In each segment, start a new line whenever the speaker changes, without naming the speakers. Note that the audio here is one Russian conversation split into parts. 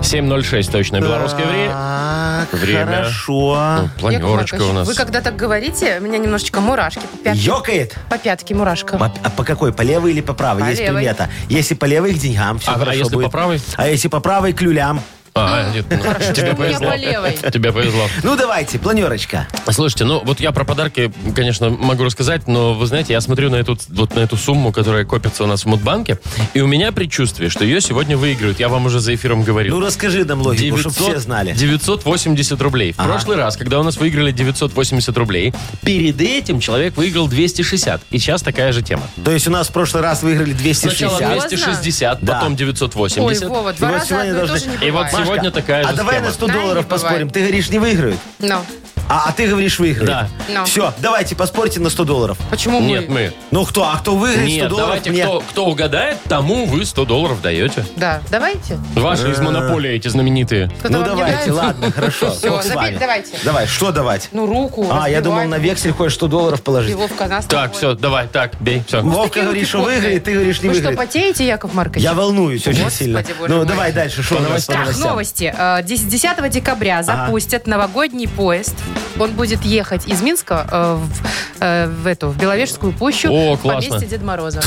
7.06 точно белорусское время.
Так,
Время.
Хорошо.
Яков
Планерочка
Маркович,
у нас.
Вы когда так говорите, у меня немножечко мурашки по пятке.
Ёкает?
По пятке мурашка.
По, а по какой? По левой или по правой?
По
Есть
левой.
примета. Если по левой, к деньгам все
А, а
хорошо
если
будет.
по правой?
А если по правой, к люлям.
А, нет, ну, тебе
что у меня
повезло.
по левой.
Тебе повезло.
Ну, давайте, планерочка.
Слушайте, ну вот я про подарки, конечно, могу рассказать, но вы знаете, я смотрю на эту, вот на эту сумму, которая копится у нас в Мудбанке, и у меня предчувствие, что ее сегодня выиграют. Я вам уже за эфиром говорил.
Ну, расскажи нам логику, чтобы все знали.
980 рублей. В прошлый раз, когда у нас выиграли 980 рублей, перед этим человек выиграл 260. И сейчас такая же тема.
То есть у нас в прошлый раз выиграли 260.
Сначала 260,
Да.
потом
Ой,
980.
Вова,
И
два
вот
раза
сегодня
одно и то
должны-
же не
И вот
бывает.
сегодня такая же
а давай
схема.
на 100
Да, не
долларов
бывает.
поспорим. Ты говоришь, не выиграют.
Ну,
А, а ты говоришь, выиграют.
Да.
Ну.
Все, давайте, поспорьте на 100 долларов.
почему мы?
Нет, мы.
Ну, кто? А кто выиграет 100
Нет,
долларов?
давайте,
мне?
кто, кто угадает, тому вы 100 долларов даете.
Да, давайте.
Ваши
Э.
из монополии эти знаменитые.
Кто-то
Ну,
вам не
давайте,
нравится?
ладно, хорошо.
Всё,
бог с
забей-
вами.
давайте.
Давай, что давать?
Ну, руку.
А, я
разбивай.
думал, на вексель кое-что долларов
И
положить.
Вовка нас
Так,
такой.
все, давай, так, бей, все.
Вовка
Такие
говорит,
руки
что
потные.
выиграет, ты говоришь,
Вы
не
Ну, что,
выиграет.
потеете, Яков Маркович?
Я волнуюсь очень
Господи,
сильно.
боже
Ну,
мой.
давай дальше, что у нас по
новостям?
Так,
новостям?
новости. Э, 10 декабря запустят новогодний поезд. Он будет ехать из Минска э, в, э, в эту, в Беловежскую пущу.
О,
в
классно.
поместье Дед Моза.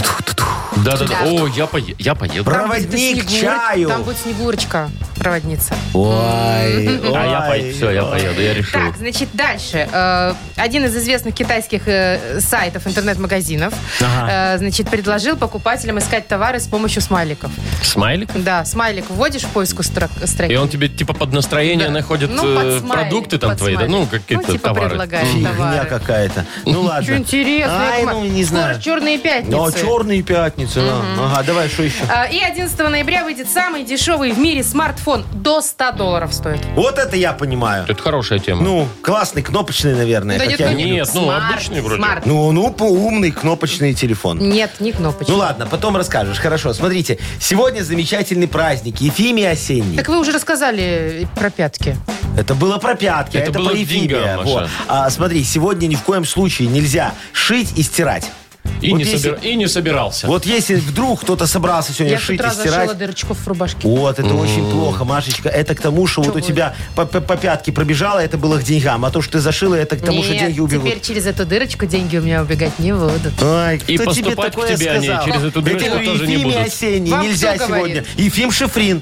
Да, да, да.
Да.
О, я, пое- я поеду.
Там будет
Проводник
Снегур-
чаю.
Там будет Снегурочка, проводница.
Ой,
А я
ой,
поеду. Все, я
ой.
поеду, я решил.
Так, значит, дальше. Э, Один из известных китайских э, сайтов, интернет-магазинов,
Ага.
э, значит, предложил покупателям искать товары с помощью смайликов.
Смайлик?
Да, смайлик вводишь в поиску стро- строки.
И он тебе типа под настроение
Да.
находит
Ну,
э,
под смайлик,
продукты там
под
твои, да,
смайлик.
ну какие-то
Ну, типа
товары.
предлагает
Фигня
товары.
какая-то. Ну,
Что
ладно.
интересно,
Ай,
Яков
ну,
Маркович.
не знаю.
Скоро черные пятницы.
Ну, черные пятницы. да. а. Ага, давай, что еще?
А, И 11 ноября выйдет самый дешевый в мире смартфон. До 100 долларов стоит.
Вот это я понимаю.
Это хорошая тема.
Ну, классный, кнопочный, наверное.
Да
как
нет,
я
ну,
люблю.
Нет, ну,
Смарт,
обычный вроде.
смарт.
Ну, ну, по- умный кнопочный телефон.
Нет, не кнопочка.
Ну ладно, потом расскажешь. Хорошо, смотрите. Сегодня замечательный праздник. Ефимий осенний.
Так вы уже рассказали про пятки.
Это было про пятки, а
Это
это,
было
про
к деньгам,
Ефимия.
Маша.
Вот. А, смотри, сегодня ни в коем случае нельзя шить и стирать.
и,
вот
не
если-
собира- и не собирался.
Вот если вдруг кто-то собрался сегодня
Я с
Э, шить
утра
и
зашила
стирать...
дырочку в рубашке.
Вот, это очень плохо, Машечка. Это к тому, что вот у
вы?
тебя по, по- по пятке пробежала, это было к деньгам. А то, что ты зашила, это к тому,
Нет,
что деньги убегут.
теперь через эту дырочку деньги у меня убегать не будут.
Ой,
И
кто тебе
поступать к
такое
тебе они
сказал?
через эту
Я тебе
дырочку
говорю,
тоже не
Ефимий
будут.
осенний,
Вам
нельзя
кто
сегодня.
говорит?
Ефим Шифрин.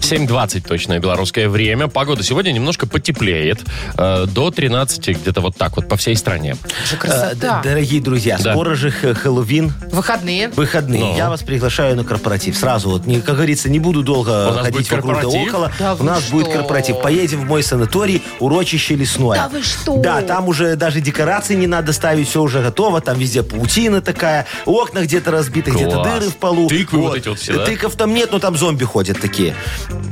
7.20 точное белорусское время. Погода сегодня немножко потеплеет. Э, до 13 где-то вот так вот по всей стране.
Э, д-
Красота.
Дорогие друзья,
Да.
скоро же Хэ- Хэллоуин.
Выходные.
выходные.
Ну.
Я вас приглашаю на корпоратив. Сразу вот, не, как говорится, не буду долго
У нас будет
ходить вокруг да
корпоратив?
около.
Да
У
вы
нас будет
что?
корпоратив. Поедем в мой санаторий, урочище лесное.
Да вы что?
Да, там уже даже декорации не надо ставить, все уже готово. Там везде паутина такая, окна где-то разбиты, где-то
Класс.
дыры в полу.
Тыквы вот эти вот все, да?
Тыков там нет, но там зомби ходят такие.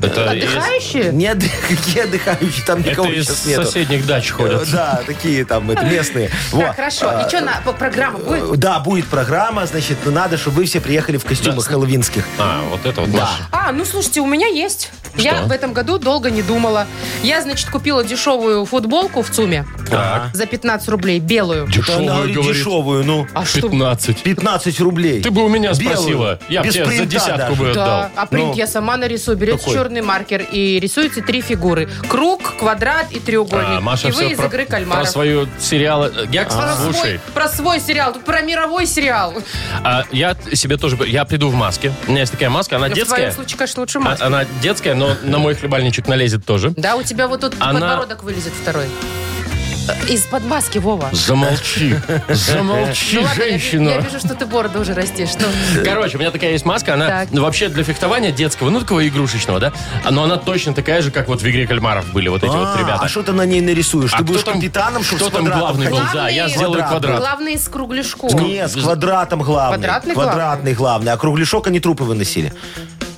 Это из-
Отдыхающие?
Нет, какие отдыхающие, там
это
никого
из
сейчас нету.
соседних дач
Э,
ходят.
Да, такие там это, местные.
Так,
Вот.
хорошо. И что, на по- программа будет?
Э, Да, будет программа, значит, надо, чтобы вы все приехали в костюмах хэллоуинских.
А, вот это вот
Да.
наше.
А, ну слушайте, у меня есть. Я
Что?
в этом году долго не думала. Я, значит, купила дешевую футболку в ЦУМе
Так.
за 15 рублей, белую.
Да она
Дешевую,
говорит,
говорит.
дешевую, ну.
А что?
15.
15 рублей.
Ты бы у меня
Белую.
спросила. Я бы
Без
тебе за
принта
десятку
даже.
бы
Да,
отдал.
а принт
Ну.
я сама нарисую. Берется
Какой?
черный маркер и рисуете три фигуры. Круг, квадрат и треугольник.
А, Маша
и вы
все
из
про,
игры
про
кальмара.
свою сериал. Я,
Про,
кстати, слушай,
свой, про свой сериал, тут про мировой сериал.
а, я т- себе тоже... Я приду в маске. У меня есть такая маска, она
В твоем
детская.
случае, конечно, лучше
А-
мать.
Она детская, но на мой хлебальничек налезет тоже.
Да, у тебя вот тут
Она-
подбородок вылезет второй. Э, Из-под маски, Вова.
Замолчи. Замолчи,
Ну ладно, я ви- Я,
женщина.
вижу, что ты бороду уже растешь. Ну,
Короче, у меня такая есть маска, она
Так.
ну, вообще для фехтования детского, ну такого игрушечного, да? А, Но она точно такая же, как вот в игре кальмаров были вот эти вот
А,
ребята.
А что ты на ней нарисуешь?
А
ты
кто
будешь
там-
капитаном, чтобы
кто
с
там
квадратом
главный был?
ходить?
Да, я
Главный-
сделаю квадрат.
Главный из кругляшков.
Нет, с квадратом главный.
Квадратный
Квадратный главный. А кругляшок они трупы выносили.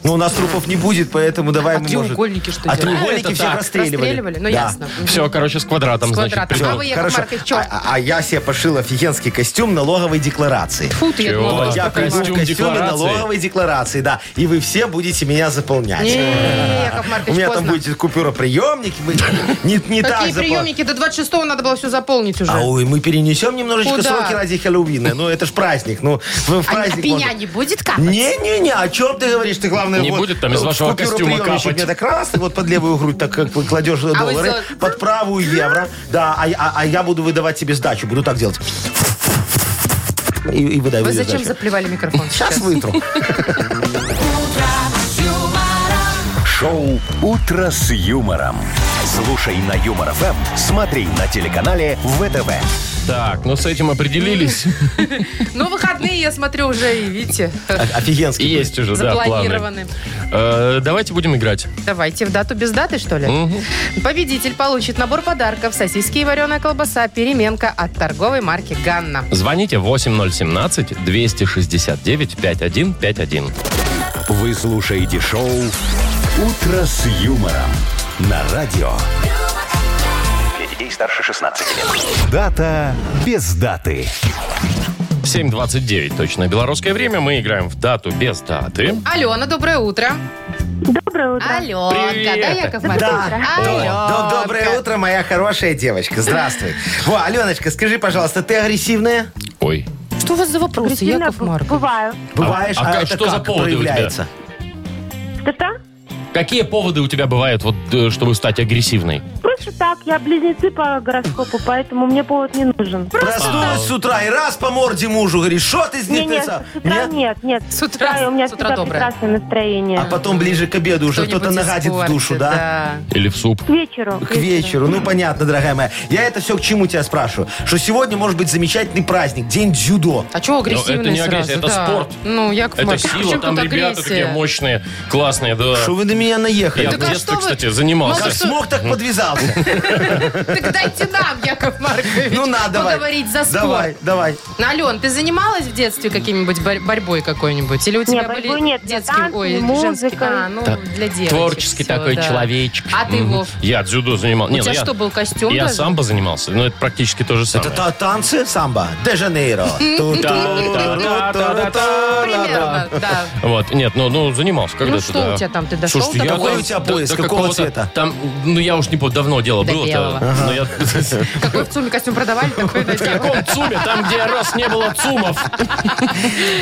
Ну, у нас трупов не будет, поэтому давай
А
мы, может-
треугольники что
А
А,
делают?
это
треугольники всех
так.
расстреливали.
Расстреливали? Ну,
Да.
ясно.
Все, короче, с квадратом,
С
значит,
квадратом. А
придумал.
вы, Яков
Хорошо.
Маркович, чё?
А, а- а я себе пошил офигенский костюм налоговой декларации.
Фу, ты, я
Чё?
думала,
Вот
Я
такой
приду в
костюм
костюме
декларации.
налоговой декларации, да. И вы все будете меня заполнять.
Не, Яков
У
Маркович,
меня там
поздно.
будет купюроприемник. мы Не не так
Какие
запол-
приемники? До 26-го надо было все заполнить уже.
А ой, мы перенесем немножечко
Куда?
сроки ради Хэллоуина. Ну, это ж праздник. Ну, в- в
А- а
праздник
пеня
можно.
не будет капать?
Не-не-не, о чем ты говоришь? Ты главное
Не
вот
будет там из
в
вашего
купюроприемничек
костюма капать.
Мне так раз, и вот под левую грудь так как бы кладешь доллары,
сделаете-
под правую евро. Да, а, а- а я буду выдавать тебе сдачу, буду так делать. И, и выдаю
Вы
ей
зачем
сдачу.
заплевали микрофон
Сейчас
сейчас?
вытру.
Шоу «Утро с юмором». Слушай на Юмор ФМ, смотри на телеканале ВТВ.
Так, ну с этим определились.
Ну, выходные, я смотрю, уже, и видите,
Офигенский.
Есть уже, да, планы.
Типа запланированы.
Э, Давайте будем играть.
Давайте в дату без даты, что ли? Победитель получит набор подарков, сосиски и вареная колбаса, переменка от торговой марки «Ганна».
Звоните 8017-269-5151.
Вы слушаете шоу «Утро с юмором» на радио. Для детей старше 16 лет. Дата без даты.
7.29 точно. Белорусское время. Мы играем в дату без даты.
Алена, доброе утро.
Доброе утро.
Аленка,
Привет.
да, Яков Маркович?
Да.
Аленка.
Доб- Доброе утро, моя хорошая девочка. Здравствуй. Во, Аленочка, скажи, пожалуйста, ты агрессивная?
Ой.
Что у вас за вопросы,
Агрессивно
Яков
бу-
Маркович?
Бываю.
Бываешь,
а
а,
как-
это
что за
как
поводы у тебя?
проявляется?
Что-что?
Какие поводы у тебя бывают, вот, э, чтобы стать агрессивной?
Просто так, я близнецы по гороскопу, поэтому мне повод не нужен.
Проснулась с утра и раз по морде мужу, говоришь, что ты с
Не,
ним
нет,
ты
с
со-?»
утра нет, нет.
С утра-
Да, и у меня
с утра
всегда
доброе.
прекрасное настроение.
А потом ближе к обеду уже
Кто-нибудь
кто-то нагадит в
испортит,
душу, да?
Или в суп?
К вечеру.
К вечеру. Ну, понятно, дорогая моя. Я это все к чему тебя спрашиваю? Что сегодня может быть замечательный праздник, день дзюдо.
А чего агрессивный
Ну, это не
сразу?
агрессия, это
да.
спорт.
Ну, Яков
Это
Маркович, при
сила,
чем
там
тут
ребята такие
агрессия?
мощные, классные, да.
Что вы на меня наехали?
Я
Так
в
а
детстве,
что вы-
кстати, занимался.
Ну,
Как
а что-
смог, так подвязался.
Так дайте нам, Яков Маркович,
Ну, на, давай.
поговорить за спорт.
Давай, давай.
Ален, ты занималась в детстве каким-нибудь борь- борьбой какой-нибудь? Или у тебя
борьбой
были
нет, я
детские,
танцы,
ой, женские?
музыка.
А, ну, для девочек.
Творческий
всё,
такой
да.
человечек.
А ты,
Мгм.
Вов,
Я дзюдо занимался.
у тебя что, был костюм
Я
даже?
самбо занимался, но это практически то же самое.
Это та- танцы самбо. Де Жанейро.
Примерно, да.
Вот, нет, ну, ну занимался когда-то,
что
да.
у тебя там? Ты дошел
Слушайте, я
до какого-
там-
Какой у тебя
до-
пояс?
до
Какого
какого-то
цвета?
Там, ну, я уж не помню, давно дело
До
было-то.
белого.
Но я-
Какой в ЦУМе костюм продавали, такой
В каком ЦУМе? Там, где я рос, не было ЦУМов.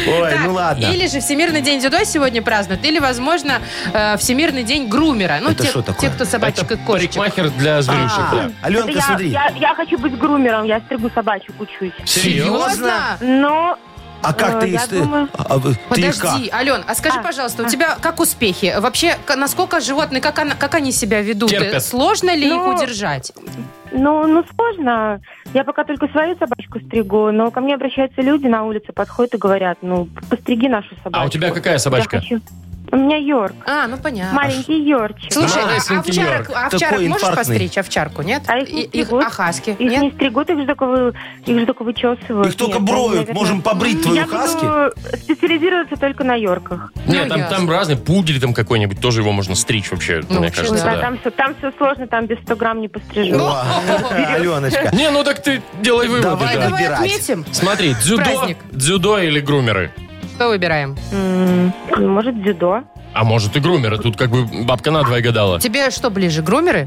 Ой, ну ладно.
Или же Всемирный день дзюдо сегодня празднуют, или, возможно, э, Всемирный день грумера. Ну,
Это
те,
что такое?
те, кто собачек
Это
и кошечек.
парикмахер для зверюшек,
А,
да.
Это
Аленка,
я,
смотри.
я- я хочу быть грумером, я стригу собачек, учусь.
Серьезно?
Но
А как
э,
ты...
я думаю-
а вы- Ты как?
Подожди, Ален, а скажи,
А,
пожалуйста, у тебя как успехи? Вообще, к- насколько животные, как, она- как они себя ведут?
Терпят.
Э, Сложно ли
Ну,
их удержать?
Ну, ну сложно. Я пока только свою собачку стригу, но ко мне обращаются люди на улице, подходят и говорят, ну, постриги нашу собачку.
А у тебя какая собачка?
Я хочу- У меня Йорк.
А, ну понятно.
Маленький Йорчик.
Слушай, а
Малесенький
овчарок, а
Такой
овчарок можешь
инфарктный.
постричь? Овчарку, нет?
А их не
И- их
стригут?
а хаски,
Их не
нет?
стригут, их же только, вы, их же только вычесывают.
Их только
Нет, они,
броют.
наверное,
Можем побрить твою
Я
хаски.
буду специализироваться только на Йорках.
Нет,
Ну,
там,
ясно.
там разные, пудель там какой-нибудь, тоже его можно стричь вообще,
Ну,
мне
вообще,
Ой,
кажется,
да,
да.
Там, все, там все сложно, там без 100 грамм не пострижу.
Ну,
О, Аленочка.
Не, ну так ты делай выводы,
Давай,
да.
давай.
Давай
выбирать.
отметим.
Смотри, дзюдо,
Праздник.
дзюдо или грумеры?
Что выбираем?
М, Может, дзюдо?
А может и грумера. Тут как бы бабка надвое гадала.
Тебе что ближе, грумеры?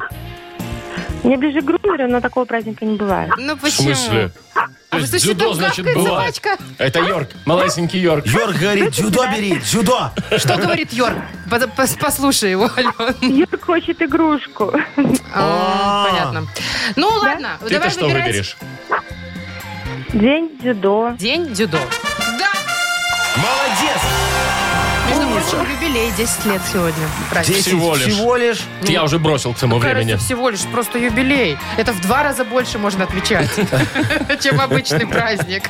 Мне ближе грумеры, но такого праздника не бывает.
Ну
В
почему?
смысле?
А
То
вы
есть
слышите,
дзюдо,
там
значит,
гавкает
бывает.
собачка?
Это Йорк, малесенький Йорк.
Ну,
Йорк говорит, дзюдо бери, дзюдо.
Что говорит Йорк? Под- пос- Послушай его, Ален.
Юрк хочет игрушку.
А, Понятно. Ну ладно,
Ты-то
давай
что
выбирать
выберешь?
День дзюдо.
день дзюдо. Да,
Молодец.
между
Умница.
прочим, юбилей 10 лет сегодня. Праздник.
10
Всего
всего
лишь.
лишь.
Я уже бросил к тому
Какая
времени.
разница, всего лишь просто юбилей. Это в два раза больше можно отмечать, чем обычный праздник.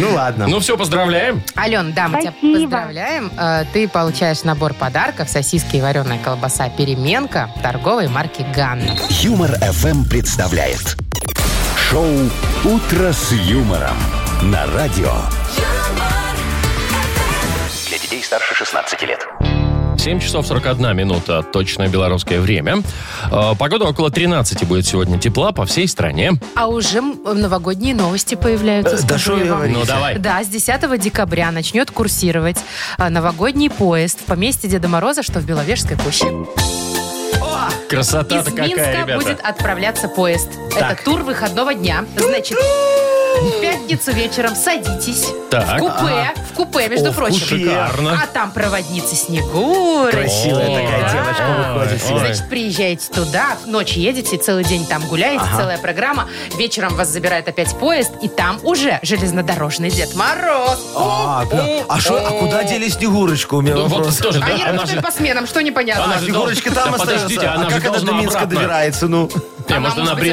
Ну ладно.
Ну все, поздравляем.
Ален, да, мы тебя
Спасибо.
поздравляем. Э, Ты получаешь набор подарков сосиски и вареная колбаса «Переменка» торговой марки «Ганна».
Юмор FM представляет шоу Утро с юмором на радио.
Для детей старше 16 лет.
7 часов 41 минута, точное белорусское время. Э, Погода около 13 будет сегодня тепла по всей стране. Ну,
А уже м, новогодние новости появляются.
Э, да
скажу
шо
я
вы
вам.
говорите.
Ну давай.
Да, с 10 декабря начнет курсировать а, новогодний поезд в поместье Деда Мороза, что в Беловежской пуще.
Красота-то
Из Минска
какая, ребята.
будет отправляться поезд. Это тур выходного дня. Значит, в пятницу вечером садитесь
Так.
в купе, в купе, между
О, в
прочим.
купе.
Шикарно.
А там проводница Снегурочка.
Красивая такая
Да.
девочка выходит
Ой.
всегда.
Значит, приезжаете туда, ночью едете, целый день там гуляете, целая программа. Вечером вас забирает опять поезд, и там уже железнодорожный Дед Мороз.
А, да. а, шо, а куда дели Снегурочку? У меня
Ну,
вопрос. А,
вот тоже, да,
А я
она
работаю
же...
по сменам, что непонятно.
Она же должна-
Снегурочка там
Да
остается.
подождите, она
а
же
как она
должна
до Минска
обратно.
добирается? Ну,
Не, может, она
может быть,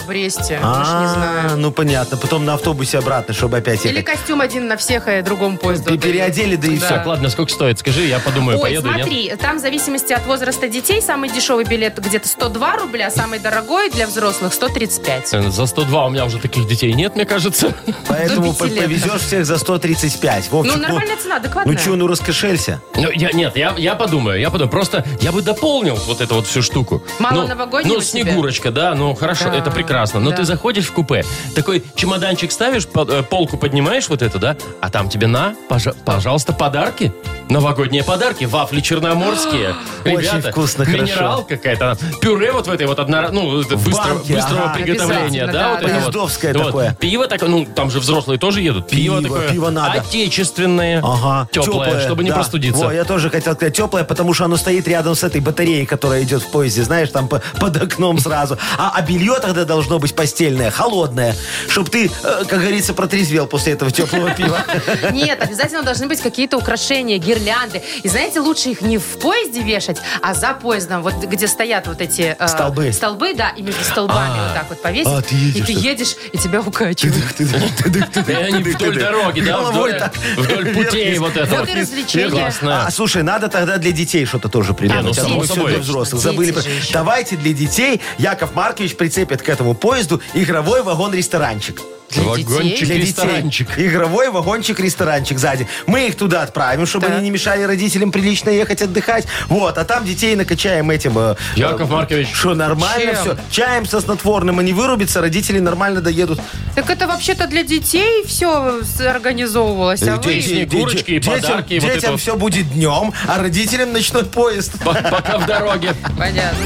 брестская.
в Бресте. Уж не
а,
знаю.
ну понятно. Потом на автобусе обратно, чтобы опять
Или
ехать.
костюм один на всех, и другому поезду.
Пе- переодели, да и
Да.
все.
Так, ладно, сколько стоит? Скажи, я подумаю,
Ой,
поеду, нет?
смотри, там в зависимости от возраста детей самый дешевый билет где-то 102 рубля, а самый дорогой для взрослых 135.
Э, За 102 у меня уже таких детей нет, мне кажется.
Поэтому
пяти
по-
лет.
повезешь всех за 135. Вовчик,
Ну,
ну,
нормальная цена, адекватная.
ну че, ну раскошелься.
Ну, я, нет, я, я подумаю, я подумаю. Просто я бы дополнил вот эту вот всю штуку.
Мало
ну,
новогоднего
Ну,
тебе?
Снегурочка, да, ну хорошо,
Да,
это прекрасно. Но
да.
ты заходишь в купе, такой чемоданчик ставишь, под- э, полку поднимаешь вот это, да, а там тебе на, пожа- пожалуйста, подарки. Новогодние подарки, вафли черноморские.
Очень
Ребята,
вкусно, хорошо.
минерал какая-то, пюре вот в этой вот одно, ну, это
В
быстро-
банке,
быстрого
ага.
приготовления, да,
Обязательно, да,
вот это
да.
вот.
Издовское
Вот.
такое.
Пиво такое, ну, там же взрослые тоже едут. Пиво,
Пиво,
такое.
пиво надо.
Отечественное,
Ага.
теплое, чтобы не
да.
простудиться.
Во, я тоже хотел сказать теплое, потому что оно стоит рядом с этой батареей, которая идет в поезде, знаешь, там по- под окном сразу. А, а белье тогда должно быть постельное, холодное, чтобы ты, э, как говорится, протрезвел после этого теплого пива.
Нет, обязательно должны быть какие-то украшения, гирлянды. И знаете, лучше их не в поезде вешать, а за поездом, вот где стоят вот эти... э,
Столбы.
Столбы, да, и между столбами
А.
вот так вот повесить.
А, ты едешь
И ты
так.
едешь, и тебя укачивают.
И они вдоль дороги, да,
Головой
вдоль,
так.
вдоль путей
Вверх-вниз.
вот это
Вот и развлечения.
Классно.
А, слушай, надо тогда для детей что-то тоже
Ну Не, ну,
придумать. А то
само
мы всё
собой.
для взрослых
Дети
забыли.
же еще.
Давайте для детей Яков Маркович прицепит к этому поезду игровой вагон-ресторанчик.
Для
Вагончик,
детей.
для
ресторанчик.
детей. Игровой вагончик-ресторанчик сзади. Мы их туда отправим, чтобы
Так.
они не мешали родителям прилично ехать отдыхать. Вот, а там детей накачаем этим... э,
Яков
э,
Маркович.
Что, нормально
Чем?
все. Чаем со снотворным, они вырубятся, родители нормально доедут.
Так это вообще-то для детей все организовывалось,
Э,
а
Детей.
вы...
снегурочки, и
детям,
подарки, и вот
Детям,
это вот.
все будет днем, а родителям ночной поезд.
П- Пока в дороге.
Понятно.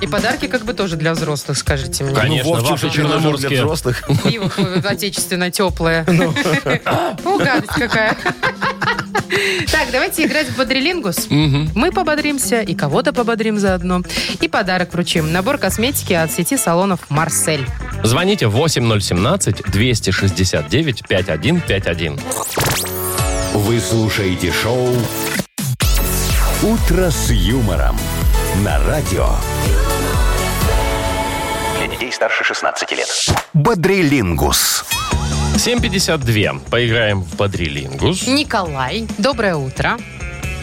И подарки как бы тоже для взрослых, скажите мне.
Конечно,
Вовчик,
ваши
ты нужен Для
черноморские.
взрослых.
Пиво отечественно теплое. Фу, гадость какая. Так, давайте играть в бодрилингус. Мы пободримся и кого-то пободрим заодно. И подарок вручим. Набор косметики от сети салонов «Марсель».
Звоните 8017-269-5151.
Вы слушаете шоу Утро с юмором на радио.
Для детей старше 16 лет.
Бодрилингус.
7.52. Поиграем в Бодрилингус.
Николай, доброе утро.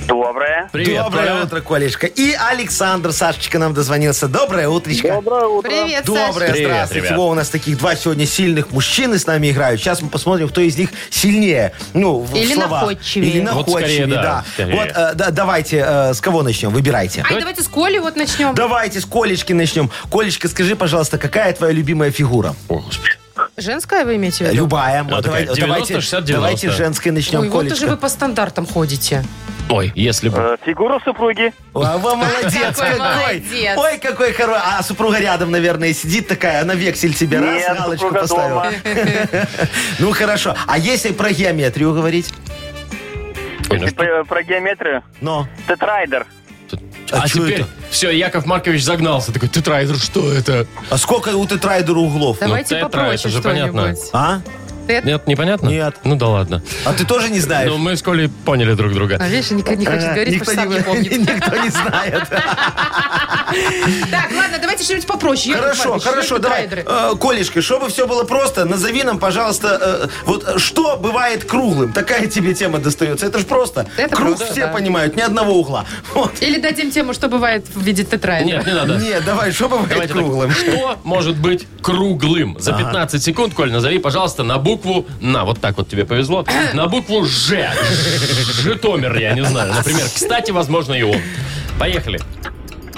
Доброе.
Привет,
Доброе
Коля.
утро, Колечка. И Александр Сашечка нам дозвонился. Доброе утречко.
Доброе утро.
Привет,
Доброе,
Саш.
Привет,
здравствуйте.
ребят.
Во, у нас таких два сегодня сильных мужчины с нами играют. Сейчас мы посмотрим, кто из них сильнее. Ну, в в
Или
словах.
находчивее.
Или
Вот
находчивее,
скорее, да,
да.
скорее.
Вот, э, да, давайте, э, с кого начнем? Выбирайте.
Ай, давайте с Коли вот начнем.
Давайте с Колечки начнем. Колечка, скажи, пожалуйста, какая твоя любимая фигура?
О, Господи.
Женская вы имеете в виду?
Любая.
такая,
Давай-
90,
давайте,
60,
давайте
90.
женской начнем,
Ой, вот
Колечка.
уже вы по стандартам ходите.
Ой, если бы.
Фигура Э, супруги.
А, Во, во, молодец
Какой
какой.
молодец.
Ой, какой хороший. А супруга рядом, наверное, сидит такая, она вексель тебе
Нет,
раз, галочку
супруга
поставила.
дома.
Ну, хорошо. А если про геометрию говорить?
Ой, ну
Если про, про геометрию,
Но.
тетрайдер.
А,
А чё
теперь
это?
все, Яков Маркович загнался. Такой, тетрайдер, что это?
А сколько у тетрайдера углов?
Давайте
тетра,
попроще
Ну, это же понятно.
что-нибудь.
А?
Тет-
Нет, непонятно?
Нет.
Ну да ладно.
А ты тоже не знаешь?
Ну, мы с Колей поняли друг друга.
А видишь, никто не хочет
Э,
говорить,
никто,
потому что сам не
не,
помнит.
никто не знает.
Так, ладно, давайте что-нибудь попроще. Яков
Хорошо,
Маркович, что
хорошо,
это
давай.
трейдеры?
Э, Колешка, чтобы все было просто, назови нам, пожалуйста, э, вот э, что бывает круглым. Такая тебе тема достается. Это же просто.
Это
Круг
просто,
все
да.
понимают, ни одного угла. Вот.
Или дадим тему, что бывает в виде тетраэдра.
Нет, не надо.
Нет, давай, что бывает
Давайте так.
круглым?
Что может быть круглым? За 15 секунд, Коль, назови, пожалуйста, на букву... На, вот так вот тебе повезло. На букву Ж. Житомир, я не знаю. Например, кстати, возможно, и он. Поехали.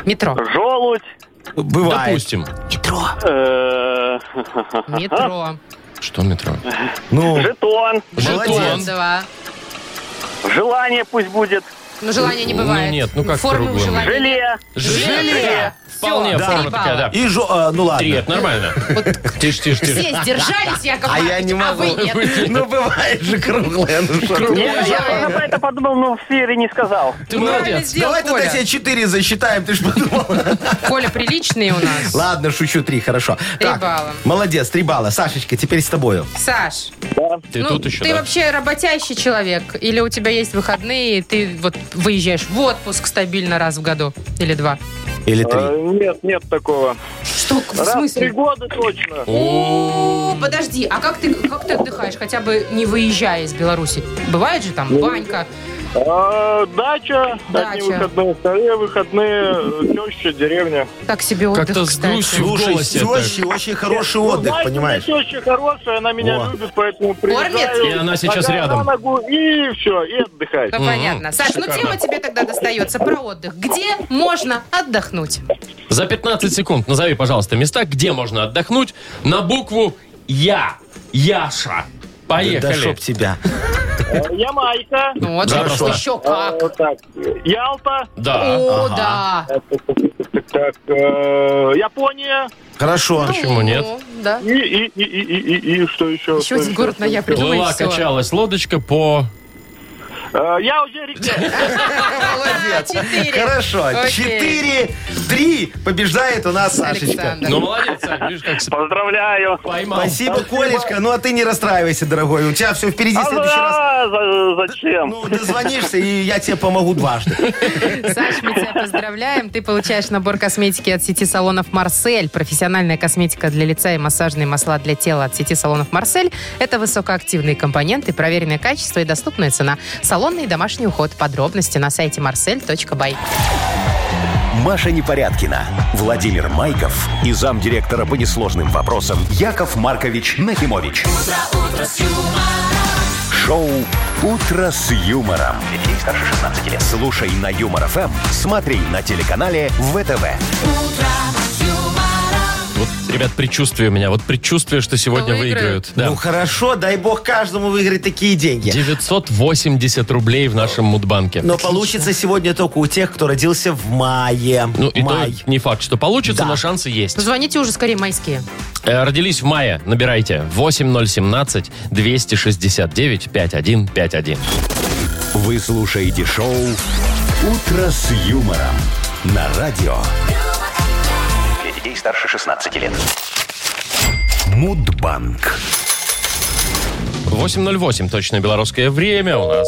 Метро.
Желудь.
Бывает.
Допустим.
э,
Метро.
Что метро?
Ну,
Жетон.
Жетон.
молодец.
Два.
Желание пусть будет.
Ну, желания не
Ну,
бывает.
нет, ну как
Формы у
круглым?
желания.
Желе.
Желе. Вполне
Да.
форма
Три
такая, да.
И жо- а, ну
Три,
ладно.
это нормально. Тише, тише, тише.
Все сдержались, Яков
А я
Маркович,
не
а
могу.
вы нет.
Ну, бывает же круглое. ну что ты.
Я, я просто про это подумал, но в сфере не сказал.
Ты
Правильно
молодец.
сделал
Давай тогда
Коля.
тебе четыре засчитаем, ты ж подумал.
Коля приличный у нас.
Ладно, шучу, три, хорошо.
Три
Так,
балла.
Молодец, три балла. Сашечка, теперь с тобою.
Саш,
Ты
ну,
тут еще,
ты
да.
вообще работящий человек? Или у тебя есть выходные, и ты вот выезжаешь в отпуск стабильно раз в году? Или два?
Или
Э,
три.
Э, Нет, нет такого.
Что, в смысле?
года точно.
О, подожди, а как ты, как ты отдыхаешь, хотя бы не выезжая из Беларуси? Бывает же там банька,
А, дача,
Дача. одни выходные,
вторые выходные, э, теща, деревня.
так себе отдых,
Как-то с
кстати.
грустью. в
Слушай, с
голосе так.
тещей очень хороший
Ну,
отдых, понимаешь?
Теща хорошая, она меня
О.
любит, поэтому приезжаю.
И она сейчас
нога
рядом.
на ногу, и все, и отдыхай.
Ну, понятно. Саш, ну тема тебе тогда достается про отдых. Где можно отдохнуть?
За 15 секунд назови, пожалуйста, места, где можно отдохнуть на букву Я. Яша.
Да
Поехали.
чтоб тебя.
Ямайка. Э,
Ну, вот
Да,
хорошо.
просто.
еще как.
Вот так. Ялта.
Да.
О,
ага.
да.
Так, так, так, э, Япония.
Хорошо.
Почему нет?
Ну, Да.
И, и, и, и, и, и, и что еще?
Еще один город на я придумай
Плыла,
все.
качалась лодочка по...
Э, Я уже рекомендую.
Молодец.
А, Четыре.
Хорошо.
Окей.
Четыре, три. Побеждает у нас Сашечка.
Александр.
Ну, молодец, Сань, видишь, как с-
Поздравляю.
поймал.
Спасибо, Колечка. Ну, а ты не расстраивайся, дорогой. У тебя все впереди. В
А
следующий раз
за- за- зачем?
ну, дозвонишься, и я тебе помогу дважды.
Саш, мы тебя поздравляем. Ты получаешь набор косметики от сети салонов «Марсель». Профессиональная косметика для лица и массажные масла для тела от сети салонов «Марсель» – это высокоактивные компоненты, проверенное качество и доступная цена. Салонный и домашний уход. Подробности на сайте marsel.by.
Маша Непорядкина, Владимир Майков и замдиректора по несложным вопросам Яков Маркович Нахимович. Шоу Утро с юмором.
Для детей старше 16 лет.
Слушай на Юмор ФМ, смотри на телеканале ВТВ.
Вот, ребят, предчувствие у меня. Вот предчувствие, что сегодня
Выиграют.
выиграют. Да.
Ну, хорошо. Дай бог каждому выиграть такие деньги.
980 рублей в нашем мудбанке.
Но получится сегодня только у тех, кто родился в мае.
Ну, и то
Май.
не факт, что получится,
Да.
но шансы есть.
Звоните уже скорее майские.
Э, Родились в мае. Набирайте 8017-269-5151.
Вы слушаете шоу Утро с юмором на радио
Для детей старше 16 лет.
Мудбанк.
8.08 точное белорусское время у нас.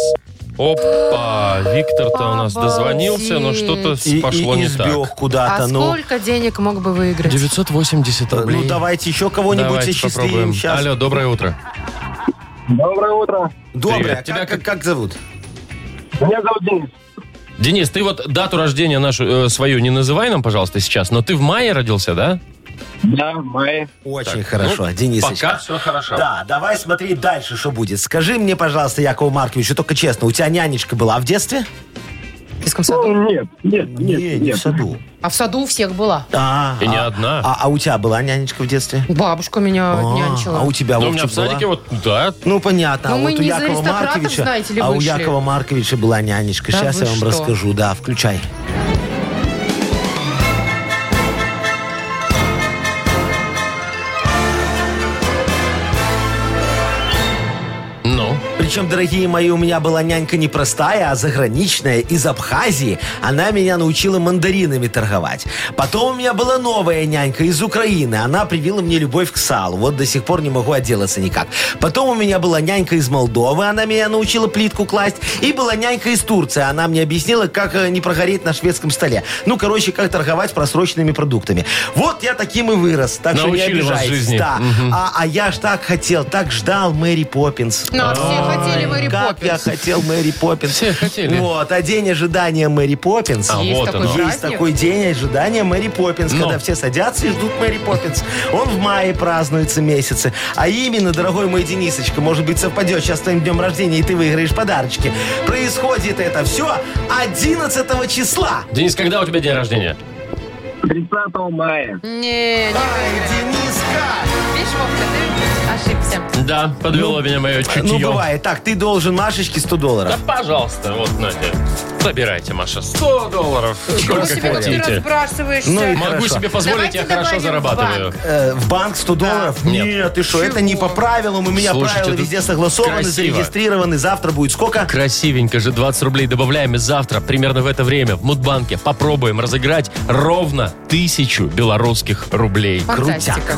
Опа, Виктор-то у нас дозвонился, но что-то с-
И,
пошло
и- и
не
сбег
так.
куда-то.
а
ну,
сколько денег мог бы выиграть?
980 рублей.
ну, давайте еще кого-нибудь
Давайте
осчастливим
попробуем.
сейчас.
Алло, доброе утро.
Доброе утро.
Доброе.
привет.
Как,
Тебя
как, как зовут?
Меня зовут Денис.
Денис, ты вот дату рождения нашу э, свою не называй нам, пожалуйста, сейчас, но ты в мае родился, да?
Да, Май.
Очень хорошо, Денисочка.
ну, Пока все хорошо.
Да, давай смотреть дальше, что будет. Скажи мне, пожалуйста, Якову Марковичу, только честно, у тебя нянечка была в детстве?
детском саду?
Ну, нет, нет, нет,
не,
нет.
не в саду.
А в саду у всех была.
А,
И не
а-
одна.
А, а у тебя была нянечка в детстве?
Бабушка меня нянчила.
А у тебя
Ну, у меня
Вовчик,
в садике
была?
вот, да,
Ну, понятно.
Ну,
а
мы
вот у
не за
Якова
аристократов,
Марковича,
знаете ли,
а у
вышли.
Якова Марковича была нянечка.
Да
Сейчас
вы
я вам
что?
расскажу. Да, включай.
ну.
Причем, дорогие мои, у меня была нянька не простая, а заграничная, из Абхазии. Она меня научила мандаринами торговать. Потом у меня была новая нянька из Украины. Она привила мне любовь к салу. Вот до сих пор не могу отделаться никак. Потом у меня была нянька из Молдовы. Она меня научила плитку класть. И была нянька из Турции. Она мне объяснила, как э, не прогореть на шведском столе. Ну, короче, как торговать просроченными продуктами. Вот я таким и вырос. Так что не
Научили вас
обижайтесь.
жизни.
Да. А, а я ж так хотел, так ждал Мэри Поппинс.
Ну, а все хотели Мэри
Как я
Поппинс.
хотел Мэри Поппинс.
Все хотели.
Вот, а день ожидания Мэри Поппинс.
А,
Есть
вот
такой
оно.
Есть
праздник?
такой день ожидания Мэри Поппинс,
Но.
когда все садятся и ждут Мэри Поппинс. Он в мае празднуется месяцы. А именно, дорогой мой Денисочка, может быть, совпадет сейчас с твоим днем рождения, и ты выиграешь подарочки. Происходит это все 11 числа.
Денис, когда у тебя день рождения?
30 мая.
Не, не
Ай,
выиграли.
Дениска!
Видишь, Вовка, ты ошибся.
Да, подвело меня мое чутье.
Ну, бывает. Так, ты должен Машечке 100 долларов.
Да, пожалуйста, вот, Надя. Забирайте, Маша, 100 долларов.
Чего
Сколько
себе, как ты
хотите.
разбрасываешься?
Ну и
Могу
Хорошо.
себе позволить,
Давайте
я хорошо
добавим
зарабатываю.
в
Э, в банк 100 долларов?
Нет.
Нет, ты что, это не по правилам. У меня
Слушайте,
правила
это
везде согласованы,
красиво.
зарегистрированы. Завтра будет сколько?
Э, Красивенько же, 20 рублей добавляем и завтра, примерно в это время, в Мудбанке попробуем разыграть ровно тысячу белорусских рублей.
Фантастика.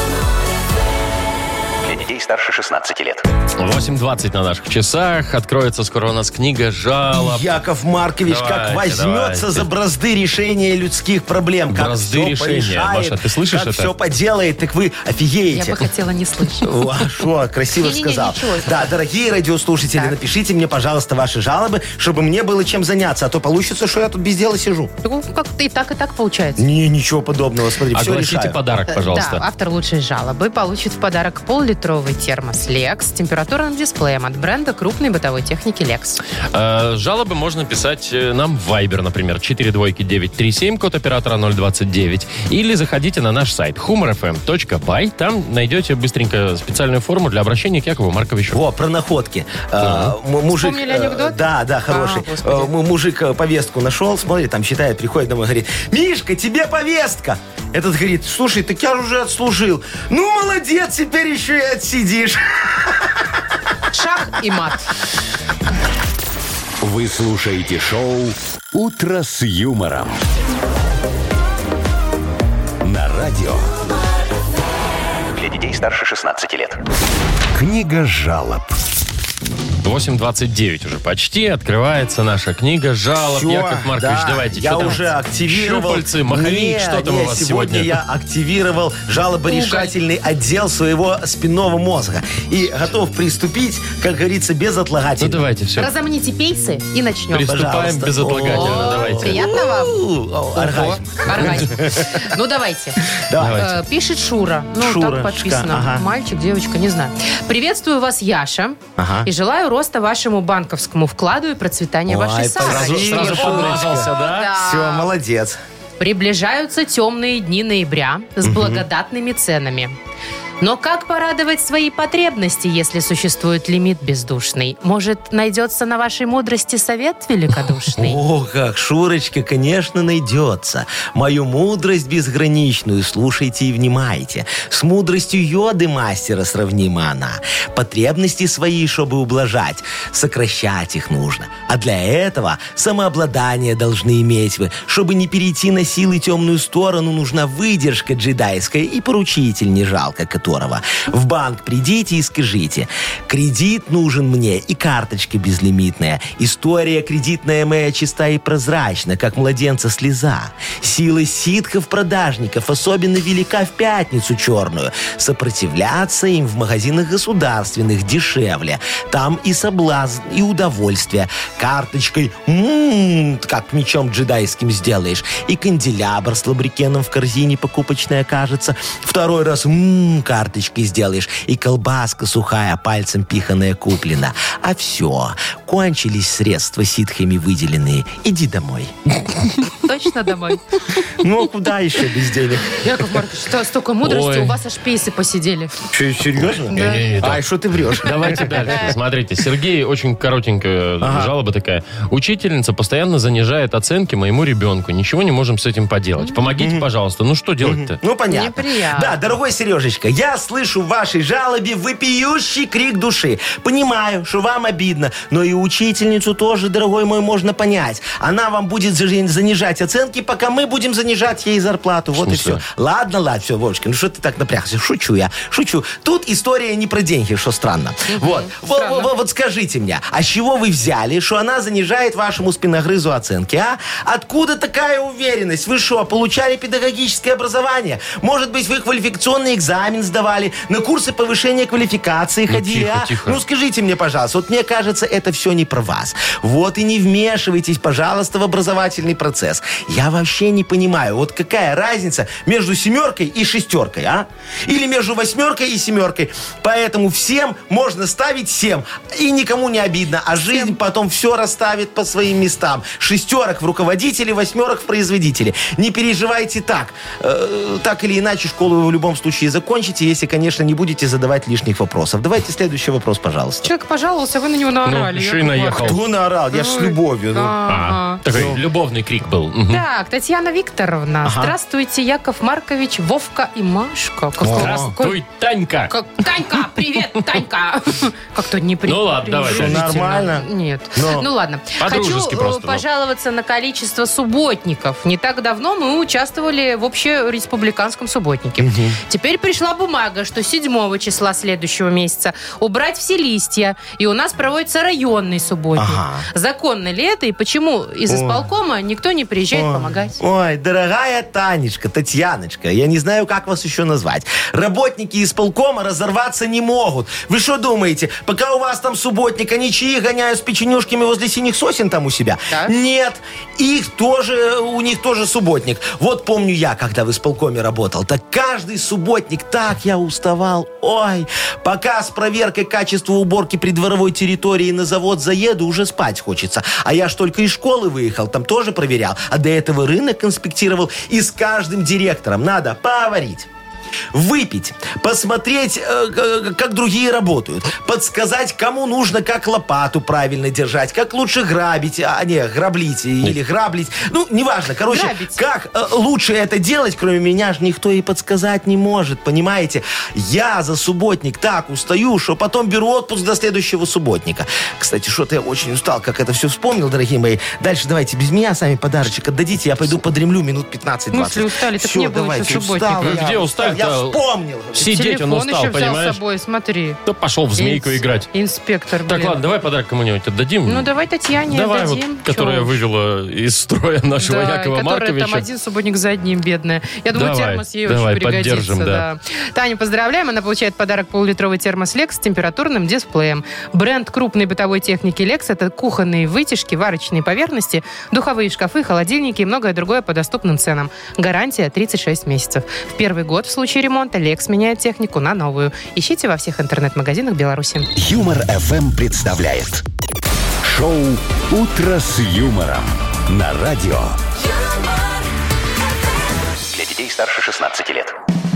Для детей старше 16 лет.
8.20 на наших часах. Откроется скоро у нас книга жалоб.
Яков Маркович,
Давайте,
как возьмется
давайте.
за бразды решения людских проблем. Как
Бразды
все
решения, Маша, ты слышишь
как
это?
все поделает, так вы
Я
офигеете.
бы хотела не слышать.
О, Шо, красиво
Не-не-не,
сказал.
ничего, это
Да, дорогие радиослушатели,
Так.
напишите мне, пожалуйста, ваши жалобы, чтобы мне было чем заняться, а то получится, что я тут без дела сижу.
Ну, как-то и так, и так получается. Э,
Не, ничего подобного, смотри, все
Огласите
решаю.
подарок, пожалуйста.
Да, автор лучшей жалобы получит в подарок пол-литровый термос Lex с температурным дисплеем от бренда крупной бытовой техники Lex.
Э, Жалобы можно писать э, нам в Viber, например, 42937, код оператора 029. Или заходите на наш сайт humorfm.by. Там найдете быстренько специальную форму для обращения к Якову Марковичу.
Во, про находки. Э, м- мужик,
Вспомнили
э,
анекдот?
Да, да, хороший.
А, господи.
Э, м- мужик э, повестку нашел, смотрит, там считает, приходит домой, говорит, Мишка, тебе повестка. Этот говорит, слушай, так я уже отслужил. Ну, молодец, теперь еще и отсидишь.
Шах и мат.
Вы слушаете шоу «Утро с юмором» на радио.
Для детей старше 16 лет.
Книга жалоб.
8.29 уже почти. Открывается наша книга жалоб.
Всё,
Яков Маркович,
да,
давайте.
Я
что там?
уже активировал.
Щупальцы, маховик,
Не,
что там
не,
у вас
сегодня?
сегодня?
я активировал жалоборешательный отдел своего спинного мозга. И готов приступить, как говорится, без
Ну
отлагательно.
давайте, все.
Разомните пейсы и начнем.
Приступаем
пожалуйста.
безотлагательно.
О,
Давайте.
Приятно вам?
У, о, оргазм.
Оргазм. Ну, давайте.
Давайте.
Э, Пишет Шура. Ну, так
Шурочка,
подписано.
ага.
Мальчик, девочка, не знаю. Приветствую вас, Яша.
Ага.
И желаю роста вашему банковскому вкладу и процветания
Ой,
вашей
Сразу,
Спасибо,
сразу
Шурочка.
помазался, да?
Все, молодец.
Приближаются темные дни ноября с благодатными ценами. Но как порадовать свои потребности, если существует лимит бездушный? Может, найдется на вашей мудрости совет великодушный?
О, как Шурочка, конечно, найдется. Мою мудрость безграничную слушайте и внимайте. С мудростью йоды мастера сравнима она. Потребности свои, чтобы ублажать, сокращать их нужно. А для этого самообладание должны иметь вы. Чтобы не перейти на силы темную сторону, нужна выдержка джедайская и поручитель, не жалко которого. В банк придите и скажите, кредит нужен мне и карточка безлимитная. История кредитная моя чиста и прозрачна, как младенца слеза. Сила ситхов-продажников особенно велика в пятницу черную. Сопротивляться им в магазинах государственных дешевле. Там и соблазн, и удовольствие. Карточкой м как мечом джедайским сделаешь. И канделябр с лабрикеном в корзине покупочная кажется. Второй раз м карточкой сделаешь. И колбаска сухая, пальцем пиханая куплена. А все, кончились средства ситхами выделенные. Иди домой.
Точно домой.
Ну, а куда еще без денег?
Яков Маркович, что столько мудрости,
Ой.
у вас аж пейсы посидели.
Серьезно?
Не-не-не,
Ай, что ты врешь?
Давайте дальше. Смотрите, Сергей, очень коротенькая жалоба такая. Учительница постоянно занижает оценки моему ребенку. Ничего не можем с этим поделать. Помогите, пожалуйста. Ну что делать-то?
Ну, понятно.
Неприятно.
Да, дорогой Сережечка, я слышу в вашей жалобе вопиющий крик души. Понимаю, что вам обидно, но и учительницу тоже, дорогой мой, можно понять. Она вам будет зажи- занижать оценки, пока мы будем занижать ей зарплату. Вот и
смысле?
все. Ладно, ладно, все, Вовочка, ну что ты так напрягся? Шучу я, шучу. Тут история не про деньги, что странно. Вот. Во-
странно.
во- во- вот скажите мне, а с чего вы взяли, что она занижает вашему спиногрызу оценки, а? Откуда такая уверенность? Вы что, получали педагогическое образование? Может быть, вы квалификационный экзамен сдавали, на курсы повышения квалификации ходили,
тихо,
а?
тихо.
Ну, скажите мне, пожалуйста, вот мне кажется, это все не про вас. Вот и не вмешивайтесь, пожалуйста, в образовательный процесс. Я вообще не понимаю, вот какая разница между семеркой и шестеркой, а? Или между восьмеркой и семеркой. Поэтому всем можно ставить семь, и никому не обидно. А жизнь потом все расставит по своим местам. Шестерок в руководителе, восьмерок в производителе. Не переживайте так. Э, так или иначе, школу вы в любом случае закончите, если, конечно, не будете задавать лишних вопросов. Давайте следующий вопрос, пожалуйста.
Человек пожаловался, вы на него наорали.
Ну, еще и
Ну, Яков
наехал.
Маркович.
Кто наорал? Я ж с любовью. ну.
Ага.
А, Такой любовный крик был. Мгм.
Так, Татьяна Викторовна, здравствуйте, Яков Маркович, Вовка и Машка. Как-
Здравствуй, Танька.
как- Танька, привет, Танька. Как-то неприятно.
Ну ладно, давай дальше.
Нормально.
Нет.
Но.
Ну ладно. Хочу
По-дружески
э,
просто, ну.
пожаловаться на количество субботников. Не так давно мы участвовали в общереспубликанском субботнике. Теперь пришла бумага, что 7 числа следующего месяца убрать все листья, и у нас проводится районный субботник.
Ага.
Законно ли это, и почему из
Ой.
исполкома никто не приезжает
Ой.
помогать?
Ой, дорогая Танечка, Татьяночка, я не знаю, как вас еще назвать. Работники исполкома разорваться не могут. Вы что думаете, пока у вас там субботник, они чьи гоняют с печенюшками возле синих сосен там у себя?
Так.
Нет, их тоже, у них тоже субботник. Вот помню я, когда в исполкоме работал, так каждый субботник, так я уставал. Ой, пока с проверкой качества уборки придворовой территории на завод заеду, уже спать хочется. А я ж только из школы выехал, там тоже проверял. А до этого рынок инспектировал, и с каждым директором надо поговорить выпить, посмотреть, э, к- как другие работают, подсказать, кому нужно, как лопату правильно держать, как лучше грабить, а не граблить или граблить, ну неважно, короче,
Грабить.
как э, лучше это делать, кроме меня же никто и подсказать не может, понимаете? Я за субботник так устаю, что потом беру отпуск до следующего субботника. Кстати, что-то я очень устал, как это все вспомнил, дорогие мои. Дальше давайте без меня сами подарочек отдадите, я пойду подремлю минут 15-20.
В смысле устали? Так
Всё,
не было
давайте,
еще
устал
субботника.
Вы
я
где
устал,
устали-то?
Я вспомнил.
Сидеть он
Телефон
устал,
еще взял
понимаешь?
с собой, смотри.
Да пошел в змейку
Инс-
играть.
Инспектор,
Так,
блин.
ладно, давай подарок кому-нибудь отдадим.
Ну, давай Татьяне
Давай, вот,
дадим.
которая
Чё?
вывела из строя нашего
Да, и
Якова
которая там
Марковича.
один субботник за одним, бедная. Я думаю,
Давай,
термос ей
давай,
очень пригодится.
поддержим, да.
Таню поздравляем. Она получает подарок полулитровый термос Lex с температурным дисплеем. Бренд крупной бытовой техники Lex – это кухонные вытяжки, варочные поверхности, духовые шкафы, холодильники и многое другое по доступным ценам. Гарантия 36 месяцев. В первый год в случае ремонта Lex меняет технику на новую. Ищите во всех интернет-магазинах Беларуси.
Юмор FM представляет шоу Утро с юмором на радио.
юмор,
Для детей старше 16 лет.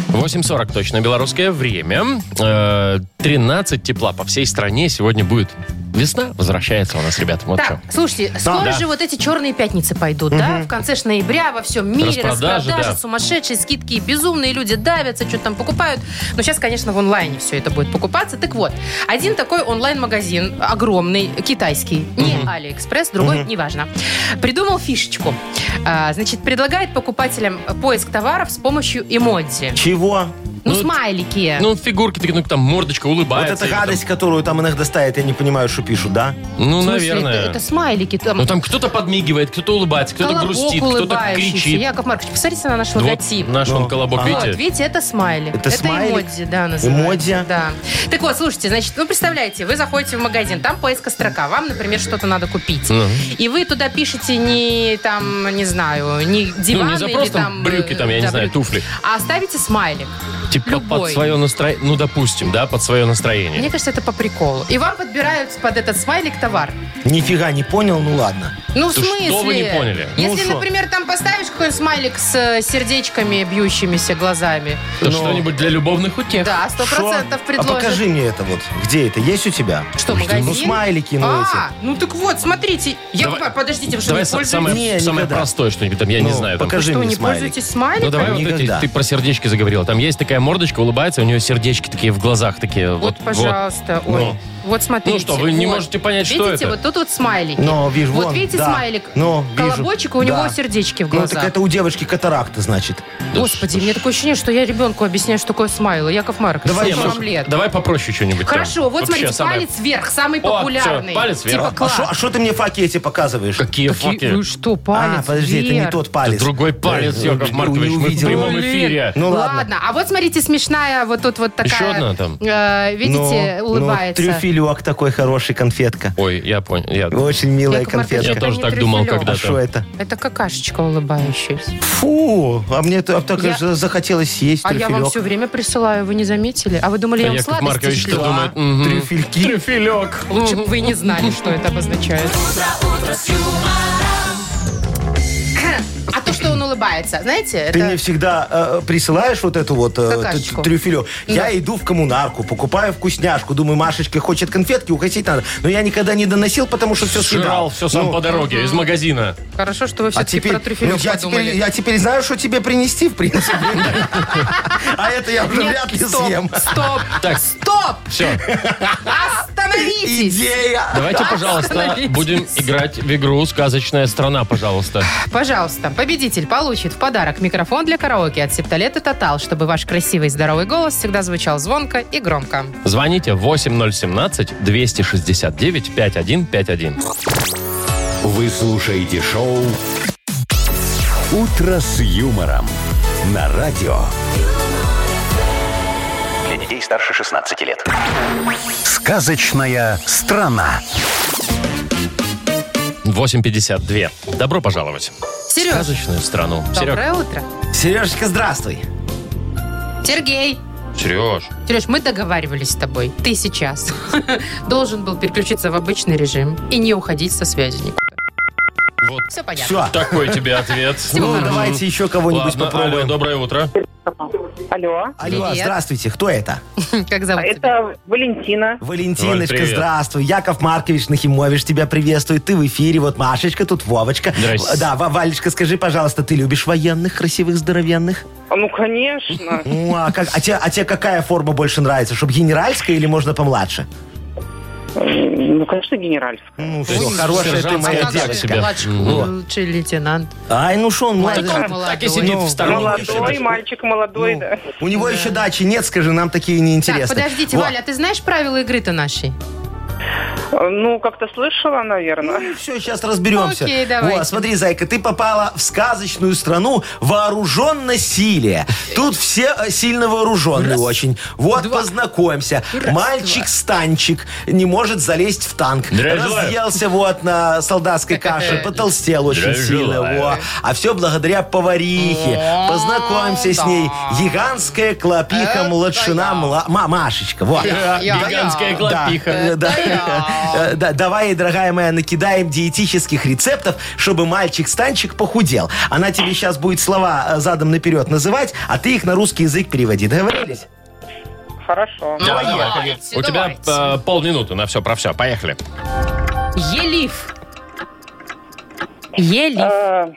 8.40 точно белорусское время. Э, 13 тепла по всей стране сегодня будет. Весна возвращается у нас, ребята. Вот
Так,
что.
слушайте, скоро
да.
же вот эти черные пятницы пойдут, да? В конце ж ноября во всем мире
Распродажи,
распродажи,
да.
сумасшедшие скидки, и безумные люди давятся, что-то там покупают. Но сейчас, конечно, в онлайне все это будет покупаться. Так вот, один такой онлайн-магазин, огромный, китайский, не Алиэкспресс, другой, неважно, придумал фишечку. А, значит, предлагает покупателям поиск товаров с помощью эмодзи.
Чего?
Ну,
Ну,
смайлики.
Ну, фигурки такие, ну, там мордочка
Вот
улыбается.
эта
или там-
гадость, которую там иногда ставят, я не понимаю, что пишут, да?
Ну,
В смысле,
наверное.
Это, это смайлики. Там,
Ну, там кто-то подмигивает, кто-то улыбается, кто-то
колобок
грустит, кто-то
улыбающийся.
кричит.
Яков Маркович, посмотрите на наш
Ну, вот
логотип.
наш он колобок,
Вот,
видите?
видите, это смайли.
Это смайлик?
эмодзи, да, называется.
Эмодзи?
Да. Так вот, слушайте, значит, вы представляете, вы заходите в магазин, там поиска строка, вам, например, что-то надо купить.
Ну.
И вы туда пишете не, там, не знаю, не диван
Ну, не за
или
просто
там... э,
брюки, там, я не
да,
знаю,
брюки.
туфли.
А ставите смайлик.
Типа под
Любой.
свое настроение. Ну, допустим, да, под свое настроение.
Мне кажется, это по приколу. И вам подбирают под этот смайлик товар.
Нифига не понял, ну ладно.
Ну, в
Да что
смысле?
вы не поняли?
Ну,
Если,
шо?
например, там поставишь какой-нибудь смайлик с э, сердечками, бьющимися глазами.
Да что-нибудь для любовных утех.
Да, сто
Шо?
процентов
А
предложат.
покажи мне это вот. Где это? Есть у тебя?
Что, магазин?
Ну, смайлики, ну
а, ну так вот, смотрите. Я
Давай-
не по- подождите, вы что,
Давай
не
са-
пользуетесь?
самое,
Не,
самое
никогда.
простое что-нибудь там, я не
Ну,
знаю. Там,
покажи
Что,
мне
не
смайлик.
пользуетесь
ну,
смайликом?
давай вот эти,
Никогда.
ты про сердечки заговорила. Там есть такая мордочка, улыбается, у нее сердечки такие в глазах такие.
Вот,
Вот,
пожалуйста.
вот.
Ой,
Ну.
вот смотрите.
Ну что, вы не
вот.
можете понять, что
видите,
это?
вот тут вот смайлики.
Ну, вижу,
вот
вон,
видите
да.
смайлик?
Ну, вижу.
Колобочек, и у него
Да.
сердечки в
Ну,
глазах.
так это у девочки катаракта, значит.
Господи, у меня такое ощущение, что я ребенку объясняю, что такое смайл. Яков Маркович,
Давай,
сколько
Маша,
вам лет?
Давай попроще что-нибудь. там.
Хорошо, вот
Вообще
смотрите,
самое-
палец вверх, самый
всё,
популярный.
палец вверх.
Типа
А
А
класс.
шо- А что ты мне факи эти показываешь?
Какие
Какие-
факи?
Вы что, палец
а, подожди, это не
вверх?
тот палец.
Другой палец,
Э,
Яков
э,
Маркович.
не
Мы в
увидел.
прямом
Блин.
эфире.
Ну
ладно.
ладно.
а вот смотрите, смешная вот тут вот такая.
Еще одна там?
э, видите,
Ну,
улыбается.
Ну, трюфелек такой хороший, конфетка.
Ой, я понял. Я,
Очень милая
Яков Маркович,
я
конфетка.
это
тоже
не
так думал
трюфелёк.
А
когда-то.
что это?
Это какашечка улыбающаяся.
Фу, а мне то- так
Я-
же захотелось съесть
А я вам
трюфелек.
все время присылаю, вы не заметили? А вы думали, я вам
Яков
сладости
Маркович
шлю, а?
думает, мгм.
Трюфельки.
Трюфелек.
Лучше бы вы не знали, что это обозначает. А то, что он улыбается, знаете, это...
Ты мне всегда э, присылаешь вот эту вот э,
Какашечку.
т- трюфелек.
Да.
Я иду в коммунарку, покупаю вкусняшку. Думаю, Машечка хочет конфетки, уходить надо. Но я никогда не доносил, потому что все
Жрал все
Ну.
сам по дороге из магазина.
Хорошо, что вы
А
все-таки
теперь,
про
ну,
трюфелек
я,
подумали.
теперь, я теперь знаю, что тебе принести, в принципе. А это я уже
Нет,
вряд ли
стоп,
съем.
Стоп,
Так,
стоп!
все.
Остановитесь!
Идея.
Давайте, пожалуйста,
Остановитесь.
будем играть в игру «Сказочная страна», пожалуйста.
Пожалуйста, победитель получит в подарок микрофон для караоке от Септолета Тотал, чтобы ваш красивый и здоровый голос всегда звучал звонко и громко.
Звоните 8017-269-5151.
Вы слушаете шоу «Утро с юмором» на радио.
Для детей старше 16 лет.
Сказочная страна.
8.52. Добро пожаловать в
Сереж,
сказочную страну. Серег,
доброе утро.
Сережечка, здравствуй.
Сергей.
Сереж,
Сереж, мы договаривались с тобой. Ты сейчас должен был переключиться в обычный режим и не уходить со связи никуда.
вот
Все понятно.
Все.
такой тебе ответ.
Ну, давайте еще кого-нибудь
Ладно, алло,
попробуем.
доброе утро.
Алло.
Алло,
Привет.
здравствуйте. Кто это?
Хм, Как зовут тебя?
А Это Валентина.
Валь,
Валентиночка,
привет.
здравствуй. Яков Маркович Нахимович тебя приветствует. Ты в эфире. Вот Машечка, тут Вовочка.
Здрасте.
Да, Ва- Валечка, скажи, пожалуйста, ты любишь военных, красивых, здоровенных?
Ну, конечно.
Ну, а, как- а тебе, а тебе какая форма больше нравится? Чтобы генеральская или можно помладше?
Ну, конечно, генеральская.
Ну,
есть
все, хорошая ты
сержант
моя
А как же
девочка.
младший-
Во.
младший лейтенант?
Ай, ну что он молодой.
Мальчик
Так
молодой.
и сидит в сторонке.
Молодой мальчик, молодой,
Ну,
да.
У него еще дачи нет, скажи, нам такие неинтересны.
Так, подождите,
Во.
Валя, а ты знаешь правила игры-то нашей?
Ну, как-то слышала, наверное.
Ну, все, сейчас разберемся.
Окей, давайте.
Во, смотри, Зайка, ты попала в сказочную страну вооруженно-силия. Тут все э, сильно вооруженные очень. Вот, познакомимся. Мальчик-станчик не может залезть в танк.
Здравия желаю.
Разъелся вот на солдатской каше, потолстел очень
Здравия
сильно.
желаю.
Во. А все благодаря поварихе. Познакомимся с ней. Гигантская клопиха,
Э,
младшина, мла- ма- Машечка. Вот.
Я-
Гигантская
я.
клопиха.
Да, да.
я.
Э, да, давай, дорогая моя, накидаем диетических рецептов, чтобы мальчик-станчик похудел. Она тебе сейчас будет слова э, задом наперед называть, а ты их на русский язык переводи. Договорились?
Хорошо.
Давай, давай.
Давайте,
У тебя э,
давайте.
полминуты на все про все. Поехали.
Елиф. Елиф.
Э,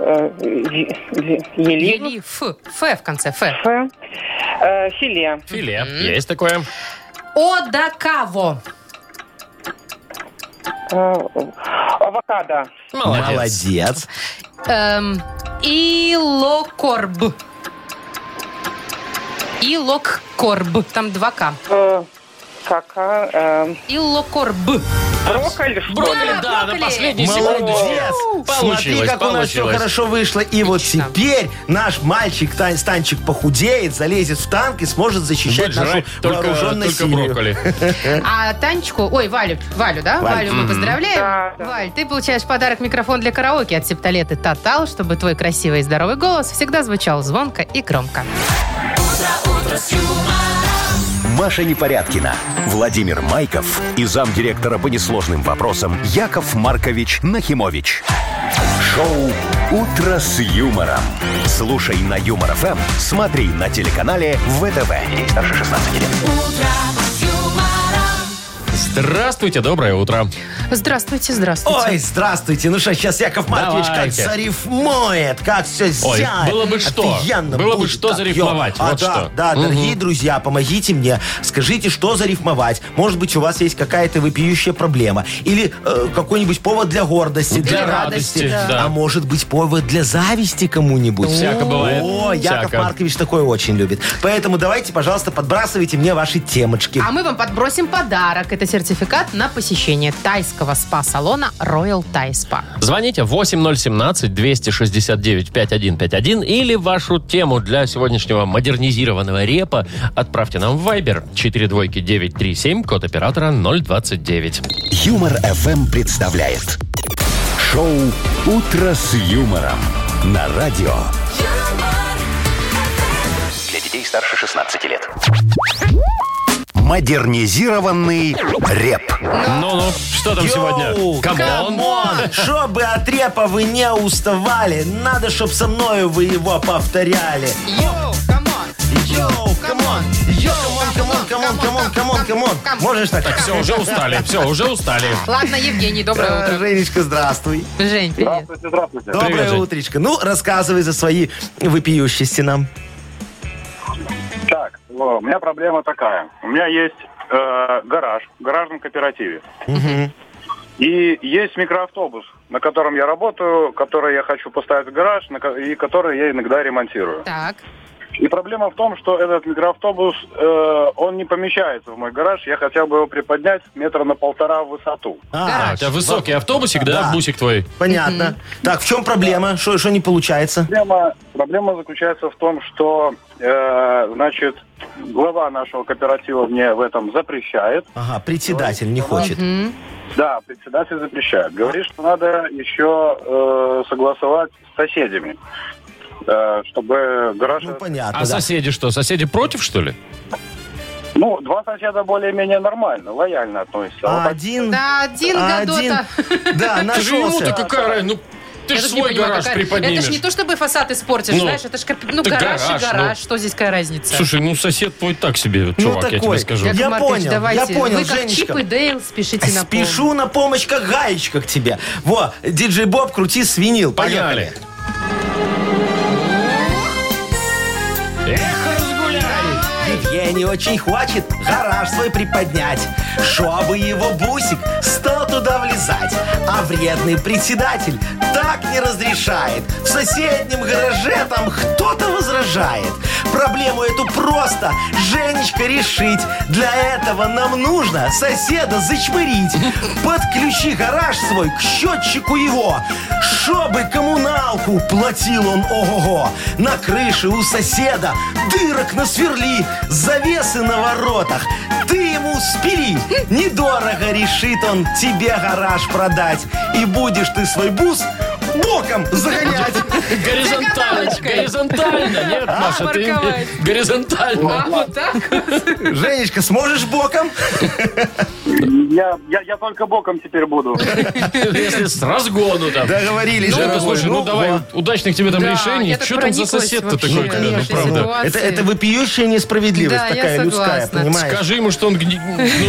э, е- е- Елиф.
Елиф. Ф в конце, Ф.
Ф. Э, Филе.
Филе. Есть такое.
Одакаво.
Э, Авокадо.
Молодец.
Молодец.
Эм, Илокорб. Илоккорб. Там два К.
Э,
а,
Кака. э,
Илокорб. Э,
Брокколи, что ли?
Брокколи, да, на
брокколи.
последний секунде.
Молодец! Смотри,
Получилось,
как у нас все
получилось.
хорошо вышло. И вот
Отлично.
теперь наш мальчик Тань- Станчик похудеет, залезет в танк и сможет защищать
Будет
нашу
жрать только,
вооруженную
только брокколи.
А Танечку, ой, Валю, Валю, да?
Валь.
Валю мы поздравляем.
Да, да.
Валь, ты получаешь в подарок микрофон для караоке от Септолеты Тотал, чтобы твой красивый и здоровый голос всегда звучал звонко и громко.
Маша Непорядкина, Владимир Майков и замдиректора по несложным вопросам Яков Маркович Нахимович. Шоу «Утро с юмором». Слушай на Юмор ФМ, смотри на телеканале ВТВ. Ей старше 16 лет.
Здравствуйте, доброе утро.
Здравствуйте, здравствуйте.
Ой, здравствуйте. Ну что, сейчас Яков Маркович как
Давайте.
зарифмует, как все
Ой,
сделает.
было бы что.
Офигенно
Было бы
будет.
что
Так,
зарифмовать,
ё. А,
вот
да,
что.
Да, дорогие друзья, помогите мне. Скажите, что зарифмовать. Может быть, у вас есть какая-то вопиющая проблема. Или э, какой-нибудь повод для гордости, для, радости.
радости, да.
А может быть, повод для зависти кому-нибудь.
Всяко бывает.
О, Яков
Всяко.
Маркович такое очень любит. Поэтому давайте, пожалуйста, подбрасывайте мне ваши темочки.
А мы вам подбросим подарок. Это сертификат на посещение тайского спа-салона Royal Thai Spa.
Звоните 8017-269-5151 или вашу тему для сегодняшнего модернизированного репа отправьте нам в Viber 42937, код оператора 029.
Юмор ФМ представляет. Шоу «Утро с юмором» на радио.
Для детей старше 16 лет.
Модернизированный реп.
Ну-ну, что там сегодня? Камон!
Чтобы от репа вы не уставали, надо, чтоб со мною вы его повторяли.
Йоу, камон!
Йоу, камон, йоу, камон, камон, камон, камон, камон. Можешь так?
Все, уже устали, все, уже устали.
Ладно, Евгений,
Э,
доброе утро.
Женечка, здравствуй.
Жень, привет.
Здравствуйте, здравствуйте.
Доброе
Жень.
утречко. Ну, рассказывай за свои вопиющести нам.
Так, о, у меня проблема такая. У меня есть э, гараж в гаражном кооперативе. И есть микроавтобус, на котором я работаю, который я хочу поставить в гараж, на ко- и который я иногда ремонтирую.
Так,
И проблема в том, что этот микроавтобус, э, он не помещается в мой гараж. Я хотел бы его приподнять метра на полтора в высоту.
А,
А, у тебя высокий автобусик, да,
Да.
бусик твой?
Понятно. Так, в чем проблема? Что что не получается?
Проблема, проблема заключается в том, что, э, значит, глава нашего кооператива мне в этом запрещает.
Ага, председатель не хочет.
Да, председатель запрещает. Говорит, что надо еще э, согласовать с соседями, э, чтобы гараж...
Ну,
Ну,
А
понятно, да.
соседи что, соседи против, что ли?
Ну, два соседа более-менее нормально, лояльно относятся.
А
А вот
Один.
Да один
А, один.
гадота.
Да,
Ты же ему-то
нашелся.
какая разница? Ну, ты
Я
же
даже не
свой
понимаю,
гараж
какая-
приподнимешь.
Это же не то, чтобы фасад испортишь,
Ну,
знаешь, это же ну,
это
гараж,
гараж,
и гараж. Что здесь какая разница?
Слушай, ну сосед твой так себе, вот,
Ну,
чувак, я тебе
такой.
скажу.
Яков
я
Маркович,
понял,
давайте.
я понял,
Вы как
Женечка.
Чип и Дейл спешите на помощь.
А Спешу на помощь, как гаечка к тебе. Во, диджей Боб, крути свинил. Поехали.
Поехали. Эх, разгуляй!
Евгений очень хочет гараж свой приподнять, чтобы его бусик стал туда влезать. А вредный председатель так не разрешает. В соседнем гараже там кто-то возражает. Проблему эту просто Женечка решить. Для этого нам нужно соседа зачмырить. Подключи гараж свой к счетчику его, чтобы коммуналку платил он ого-го. На крыше у соседа дырок насверли, завесы на воротах. Ты ему спили, недорого решит он тебе гараж продать. И будешь ты свой бус боком загонять.
Горизонтально,
Загадалочкой.
горизонтально. Нет, Маша,
Марковать.
ты горизонтально.
А, вот так?
Женечка, сможешь боком?
я, я, я только боком теперь буду.
Если с разгону там.
Договорились,
Ну,
дорогой.
слушай, ну
Ну,
давай,
во.
удачных тебе там
Да,
решений.
я так
Что там за
прониклась
сосед-то
вообще
такой у тебя, ну
нашей
правда?
ситуацией.
Это, это вопиющая несправедливость
Да, я
такая людская,
согласна.
понимаешь?
Скажи ему, что он гни-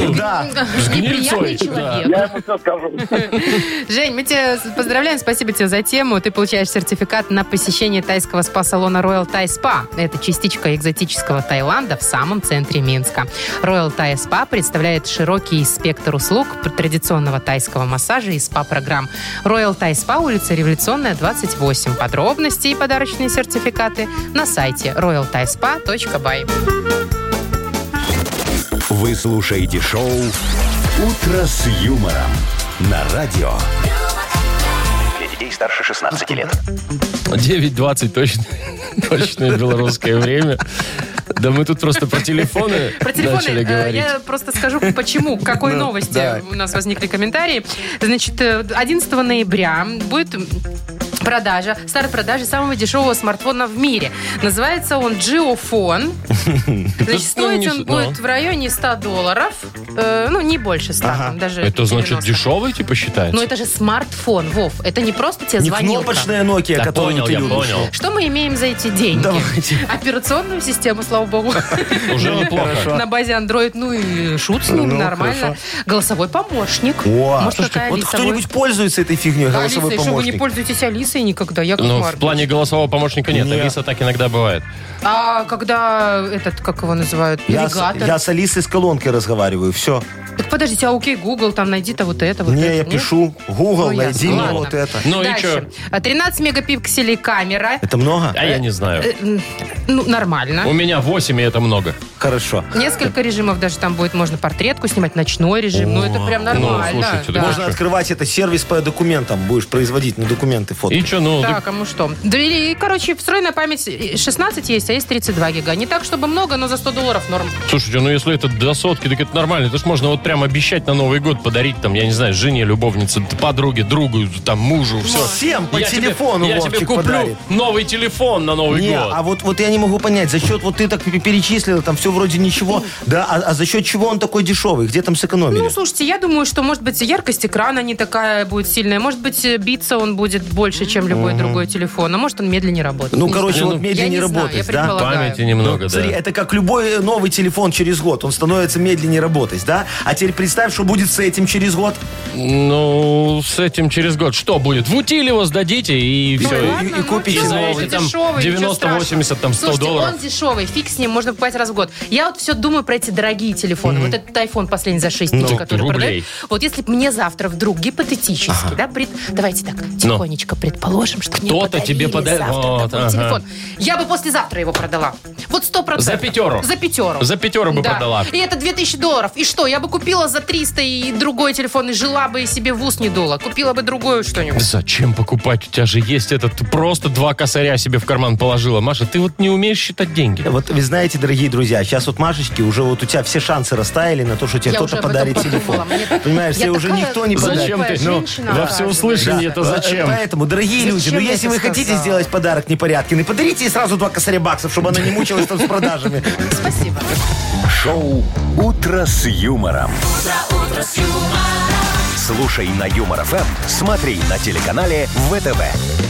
ну,
Да.
с гнильцой.
Неприятный
Да.
человек.
Я ему все скажу.
Жень, мы тебя поздравляем, спасибо тебе за тему. Ты получаешь сертификат на посещение тайского спа-салона Royal Thai Spa. Это частичка экзотического Таиланда в самом центре Минска. Royal Thai Spa представляет широкий спектр услуг традиционного тайского массажа и спа-программ. Royal Thai Spa, улица Революционная, 28. Подробности и подарочные сертификаты на сайте royalthaispa.by.
Вы слушаете шоу «Утро с юмором» на радио.
Для детей старше 16 лет.
9.20 точно, точное белорусское время. Да мы тут просто про телефоны
Про телефоны
начали
э,
говорить.
я просто скажу, почему, к какой новости
давай.
у нас возникли комментарии. Значит, э, 11 ноября будет Продажа, старт продажи самого дешевого смартфона в мире. Называется он Geofone. Значит, стоить он
Ничего, да.
будет в районе 100 долларов. Э, Ну, не больше 100, там даже
Это значит
90.
дешевый, типа, считается?
Ну,
Но это же смартфон, Вов. Это не просто тебе
Не
звонилка.
кнопочная Nokia,
Да,
которую
понял,
ты
я
любишь.
понял.
Что мы имеем за эти деньги?
Давайте.
Операционную систему, слава богу.
Уже неплохо.
Хорошо.
На базе Android, ну и шут с ним,
А. Ну,
нормально.
хорошо.
Голосовой помощник.
О,
Может,
слушайте,
какая
вот
Алиса
кто-нибудь пользуется этой фигней,
будет?
голосовой
Алиса, и что вы не
помощник?
пользуетесь Алисой никогда? Я
Ну, в плане голосового помощника нет.
Нет.
Алиса так иногда бывает.
А когда этот, как его называют,
я, с,
навигатор?
я с Алисой с колонкой разговариваю, все.
Так подождите, а окей, Google, там найди-то вот это, вот
Не,
это.
я
Нет?
пишу, Google,
Ну,
найди
ясно.
мне
Ладно.
вот это.
Ну и
Дальше.
что?
А, 13 мегапикселей камера. Э,
Это много?
А я не
Э,
знаю.
М, Ну, нормально.
а?
У меня 8, и это много.
Хорошо.
Несколько режимов даже там будет. Можно портретку снимать, ночной режим. Ну, это прям нормально.
слушайте,
да.
так
Можно открывать это сервис по документам, будешь производить на документы фото.
И что, ну,
Так, кому что? Да или, короче, встроенная память э, 16 есть, а есть 32 гига. Не так, чтобы много, но за 100 долларов норм.
Слушайте, ну если это до сотки, так это нормально. Это ж можно вот прям обещать на Новый год подарить, там, я не знаю, жене, любовнице, д- подруге, другу, там, мужу, все.
Всем по телефону
Я тебе
Вовчик
куплю
подарит.
новый телефон на Новый
Не,
год.
а вот, вот я не могу понять, за счет, вот ты так пе- перечислила, там все вроде ничего, да, а, а за счет чего он такой дешевый, где там сэкономили?
Ну, слушайте, я думаю, что, может быть, яркость экрана не такая будет сильная. Может быть, э, биться он будет больше, чем любой другой телефон. А может, он медленнее работает.
Ну,
Не
короче,
знаю.
вот медленнее
Я не знаю,
работать,
я
да?
предполагаю.
Памяти
Ну,
немного, Ну, да.
Смотри, это как любой э, новый телефон через год, он становится медленнее работать, да? А теперь представь, что будет с этим через год.
Ну, с этим через год что будет? В утиль его сдадите и
Ну,
все.
ладно,
и- и купите
ничего,
новый.
он
Там
дешевый, ничего
90,
страшного.
80, там 100
Слушайте,
долларов.
он дешевый, фиг с ним, можно покупать раз в год. Я вот все думаю про эти дорогие телефоны. Вот этот iPhone последний за 6 тысяч,
Ну,
который
рублей.
продают. Вот если б мне завтра вдруг гипотетически, да, пред- давайте так, тихонечко предположим, что мне
Ну. Кто-то
подарили
тебе пода-
завтра
Вот,
такой
ага.
телефон. Я бы послезавтра его продала. Вот 100%.
За пятеру.
За пятеру.
За пятеру бы
Да.
продала.
И это 2000 долларов. И что, я бы купила за 300 и другой телефон, и жила бы и себе в ус не дула. Купила бы другое что-нибудь.
Зачем покупать? У тебя же есть этот... Ты просто два косаря себе в карман положила. Маша, ты вот не умеешь считать деньги.
Вот вы знаете, дорогие друзья, сейчас вот Машечки уже вот у тебя все шансы растаяли на то, что тебе
Я
кто-то
уже об
подарит
этом
телефон.
подумала. Мне-
Понимаешь,
Я
тебе уже
такая
никто не
глупая
подарит.
Зачем ты? Ну,
женщина,
во
оказывается.
всеуслышание это зачем?
Поэтому, дорогие
Зачем
люди, ну
я
если
это
вы хотите
сказала?
сделать подарок Непорядкиной, подарите ей сразу два косаря баксов, чтобы она не мучилась там с продажами.
Спасибо.
Шоу «Утро с юмором». Слушай на Юмор ФМ, смотри на телеканале ВТВ.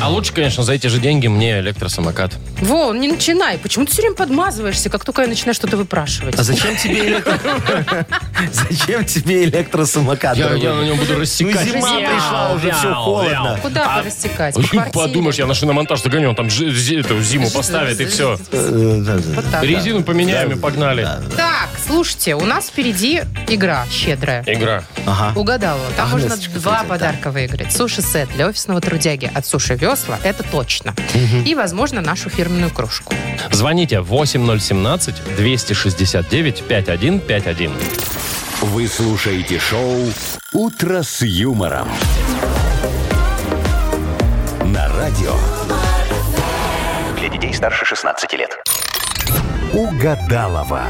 А лучше, конечно, за эти же деньги мне электросамокат.
Во, не начинай. Почему ты все время подмазываешься, как только я начинаю что-то выпрашивать?
А зачем тебе электро... Зачем тебе электросамокат?
Я,
дорогой?
я на нем буду
Ну
рассекать.
зима
Вяу,
пришла, уже все
вяу,
холодно.
Куда бы рассекать?
А Ой,
По квартире?
Подумаешь, я на шиномонтаж догоню, он там жи- зи- эту зиму поставит и все.
Э, да, да.
Вот так.
Резину поменяем и погнали.
Так, слушайте, у нас впереди игра щедрая.
Игра.
Ага.
Угадала. Там можно
Агнесочка
два
хотя, да.
подарка выиграть. Суши-сет для офисного трудяги от Суши Весла. Это точно. И, возможно, нашу фирменную кружку.
Звоните 8017-269-5151.
Вы слушаете шоу «Утро с юмором». На радио
Для детей старше 16 лет.
«Угадалова».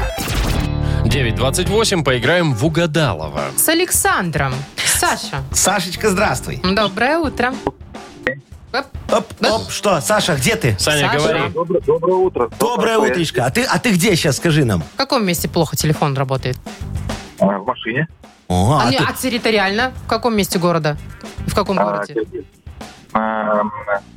928. Поиграем в Угадалова.
С Александром. Саша,
Сашечка, здравствуй.
доброе утро. Оп.
Оп, оп, что, Саша, где ты?
Саня,
Саша.
говори.
Доброе, доброе утро.
Доброе утречко. А ты, а ты где сейчас, скажи нам?
В каком месте плохо телефон работает?
А, В машине.
О,
А,
а
не,
ты-
а территориально? В каком месте города? В каком
А,
городе?
а,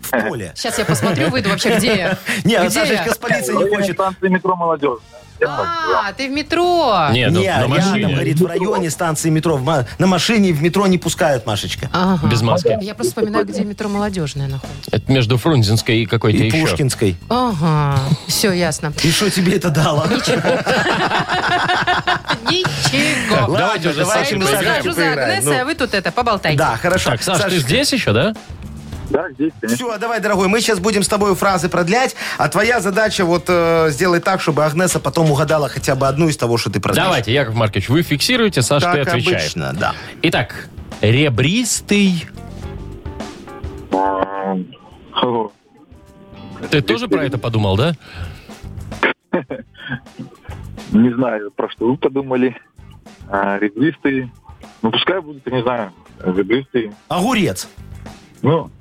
в поле.
Сейчас я посмотрю, выйду вообще, где я.
Не, а
Где
Сашечка
я?
с полиции не
районе
хочет.
станции метро «Молодежная». Я там,
А, ты в метро.
Нет,
Не,
ну, на
рядом,
машине.
говорит, в районе станции метро. В ма- На машине в метро не пускают, Машечка.
Ага.
Без маски.
Я просто вспоминаю, где метро молодежное находится.
Это между Фрунзенской и какой-то
И
еще.
Пушкинской.
Ага, все ясно.
И что тебе это дало?
Ничего.
Ладно,
Давайте уже с
давайте
Сашей
Пойду
мы
поиграем.
схожу за
поиграем. Ну.
Агнесой, а вы тут это, поболтайте.
Да, хорошо.
Так, Саш,
Саш,
ты здесь еще, да?
Да, здесь, конечно.
Все, давай, дорогой, мы сейчас будем с тобой фразы продлять, а твоя задача вот э, сделать так, чтобы Агнеса потом угадала хотя бы одну из того, что ты продашь.
Давайте, Яков Маркович, вы фиксируете, Саш, ты
Так
отвечаешь.
обычно, да.
Итак, ребристый.
Хо-хо.
Ты тоже про это подумал, да?
Не знаю, про что вы подумали. А, ребристые. Ну, пускай будут, я не знаю, ребристые.
Огурец.
Ну,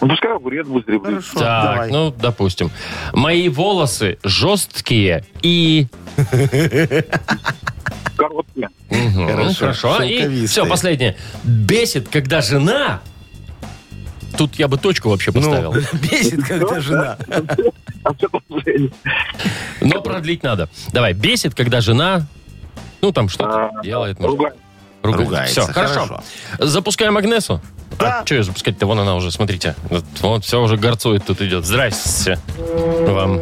Ну, пускай огурец будет ребрый.
Хорошо,
Так,
давай.
ну, допустим. Мои волосы жесткие и...
Короткие.
Мгм,
Хорошо,
ну, Хорошо. И
шелковистые.
все, последнее. Бесит, когда жена... Тут я бы точку вообще
Ну,
поставил.
Бесит, когда жена.
А всё положение.
Но продлить надо. Давай, бесит, когда жена... Ну, там что-то
А,
делает. может,
Ругай.
Ругается,
Все, хорошо.
хорошо.
Запускаем Агнесу. А что ее запускать-то? Вон она уже, смотрите. Вот, все уже горцует тут идет. Здрасте вам.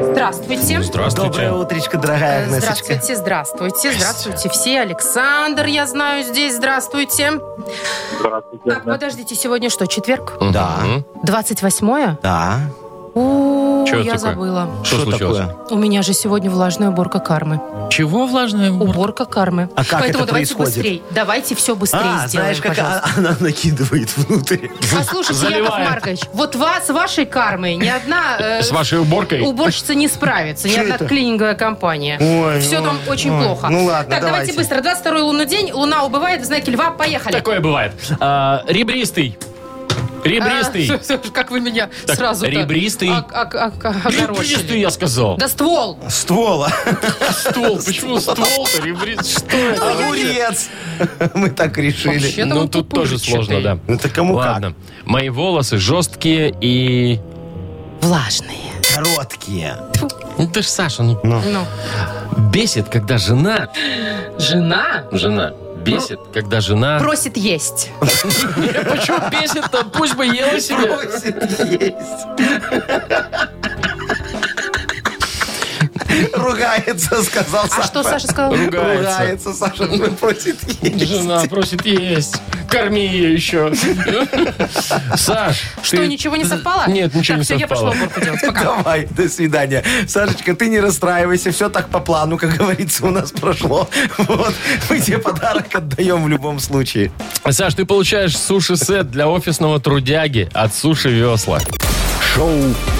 Здравствуйте.
Здравствуйте.
Доброе утречко, дорогая
Э,
Агнесочка.
Здравствуйте, здравствуйте, здравствуйте все. Александр, я знаю, здесь здравствуйте.
Здравствуйте.
Так, подождите, сегодня что, четверг?
Мгм.
Да.
28-е?
Да.
О,
Чё
я
такое?
забыла.
Что, случилось?
такое?
У меня же сегодня влажная уборка кармы.
Чего влажная уборка?
Уборка кармы.
А как
Поэтому
это
давайте
происходит?
быстрее. Давайте все быстрее
А,
сделаем,
знаешь, а, как
пожалуйста.
а- она накидывает внутрь.
Послушайте,
Заливает.
Яков Маркович, вот вас, с вашей кармой, ни одна э,
С вашей уборкой?
уборщица не справится, ни
Чё
одна
это?
клининговая компания.
Ой,
Все там
ой,
очень
ой.
плохо.
Ну ладно,
Так, давайте,
давайте.
быстро. 22 лунный день, луна убывает, в знаке льва, поехали.
Такое бывает. А, ребристый. Ребристый.
А, слушай, Как вы меня
Так,
сразу так
ребристый.
ок- ок- ок-
Ребристый,
огорошили.
я сказал.
Да ствол!
Ствола.
Стол. Почему стол-то ребристый? Что
Ну,
это?
Огурец. Мы так решили.
Вообще-то
Ну,
он
тут тоже
пупырчатый.
сложно, да.
Это кому как?
Ладно. Мои волосы жесткие и...
Влажные.
Короткие.
Ну, ты ж, Саша, ну,
Ну,
бесит, когда жена...
жена
Жена. Бесит, когда жена...
просит есть.
Почему бесит-то? Пусть бы ела себе.
Просит есть. Ругается, сказал
А
Саша.
что Саша сказал?
Ругается.
Ругается, Саша, просит есть.
Жена просит есть. Корми ее еще. Саш,
Что,
ты-
ничего не совпало?
Нет, ничего не
так, все, я
совпало.
пошла уборку делать. Пока.
Давай, до свидания. Сашечка, ты не расстраивайся, все так по плану, как говорится, у нас прошло. Вот, мы тебе подарок отдаем в любом случае.
Саш, ты получаешь суши-сет для офисного трудяги от Суши Весла.
Шоу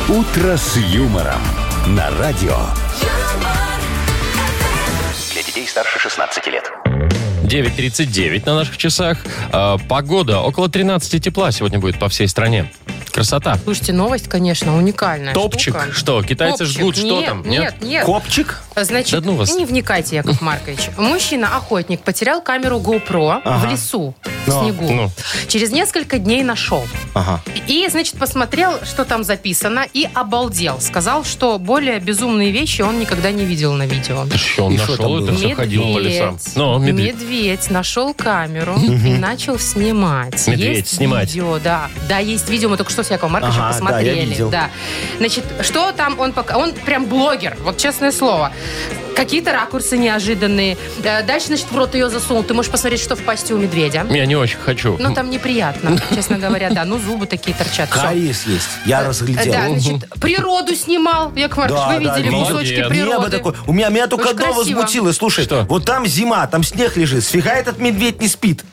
«Утро с юмором» на радио.
Для детей старше 16 лет.
9.39 на наших часах. А, погода около 13 тепла сегодня будет по всей стране. Красота.
Слушайте, новость, конечно, уникальная
Топчик.
штука.
Что, китайцы
Топчик.
жгут? Что
Нет,
там?
Нет, нет.
Копчик?
Значит,
Да ну вас.
не вникайте, Яков Маркович. Мужчина-охотник потерял камеру GoPro в лесу, в
Ну,
снегу.
ну.
Через несколько дней нашел.
Ага.
И, значит, посмотрел, что там записано, и обалдел. Сказал, что более безумные вещи он никогда не видел на видео.
Еще он
И что там
нашел это
было?
все, ходил по лесам. Ну, медведь.
медведь нашел камеру и начал снимать.
Медведь
есть
снимать.
видео, да. Да, есть видео, мы только что с Яковом Марковичем
Ага, да, я
посмотрели.
видел.
Значит, что там он пока... Он прям блогер, вот честное слово. Какие-то ракурсы неожиданные. Э, Дальше, значит, в рот ее засунул. Ты можешь посмотреть, что в пасте у медведя.
Я не очень хочу.
Ну, там неприятно, честно говоря, да. Ну, зубы такие торчат. Всё.
Карис есть. Я разглядел.
Да, значит, природу снимал. Яков Маркович,
Да,
вы
да,
видели
видел.
кусочки
Молодец.
Небо
природы.
такое. У меня, меня только
Очень
одно
красиво.
возмутило. Слушай,
Что?
вот там зима, там снег лежит. Сфига этот медведь не спит.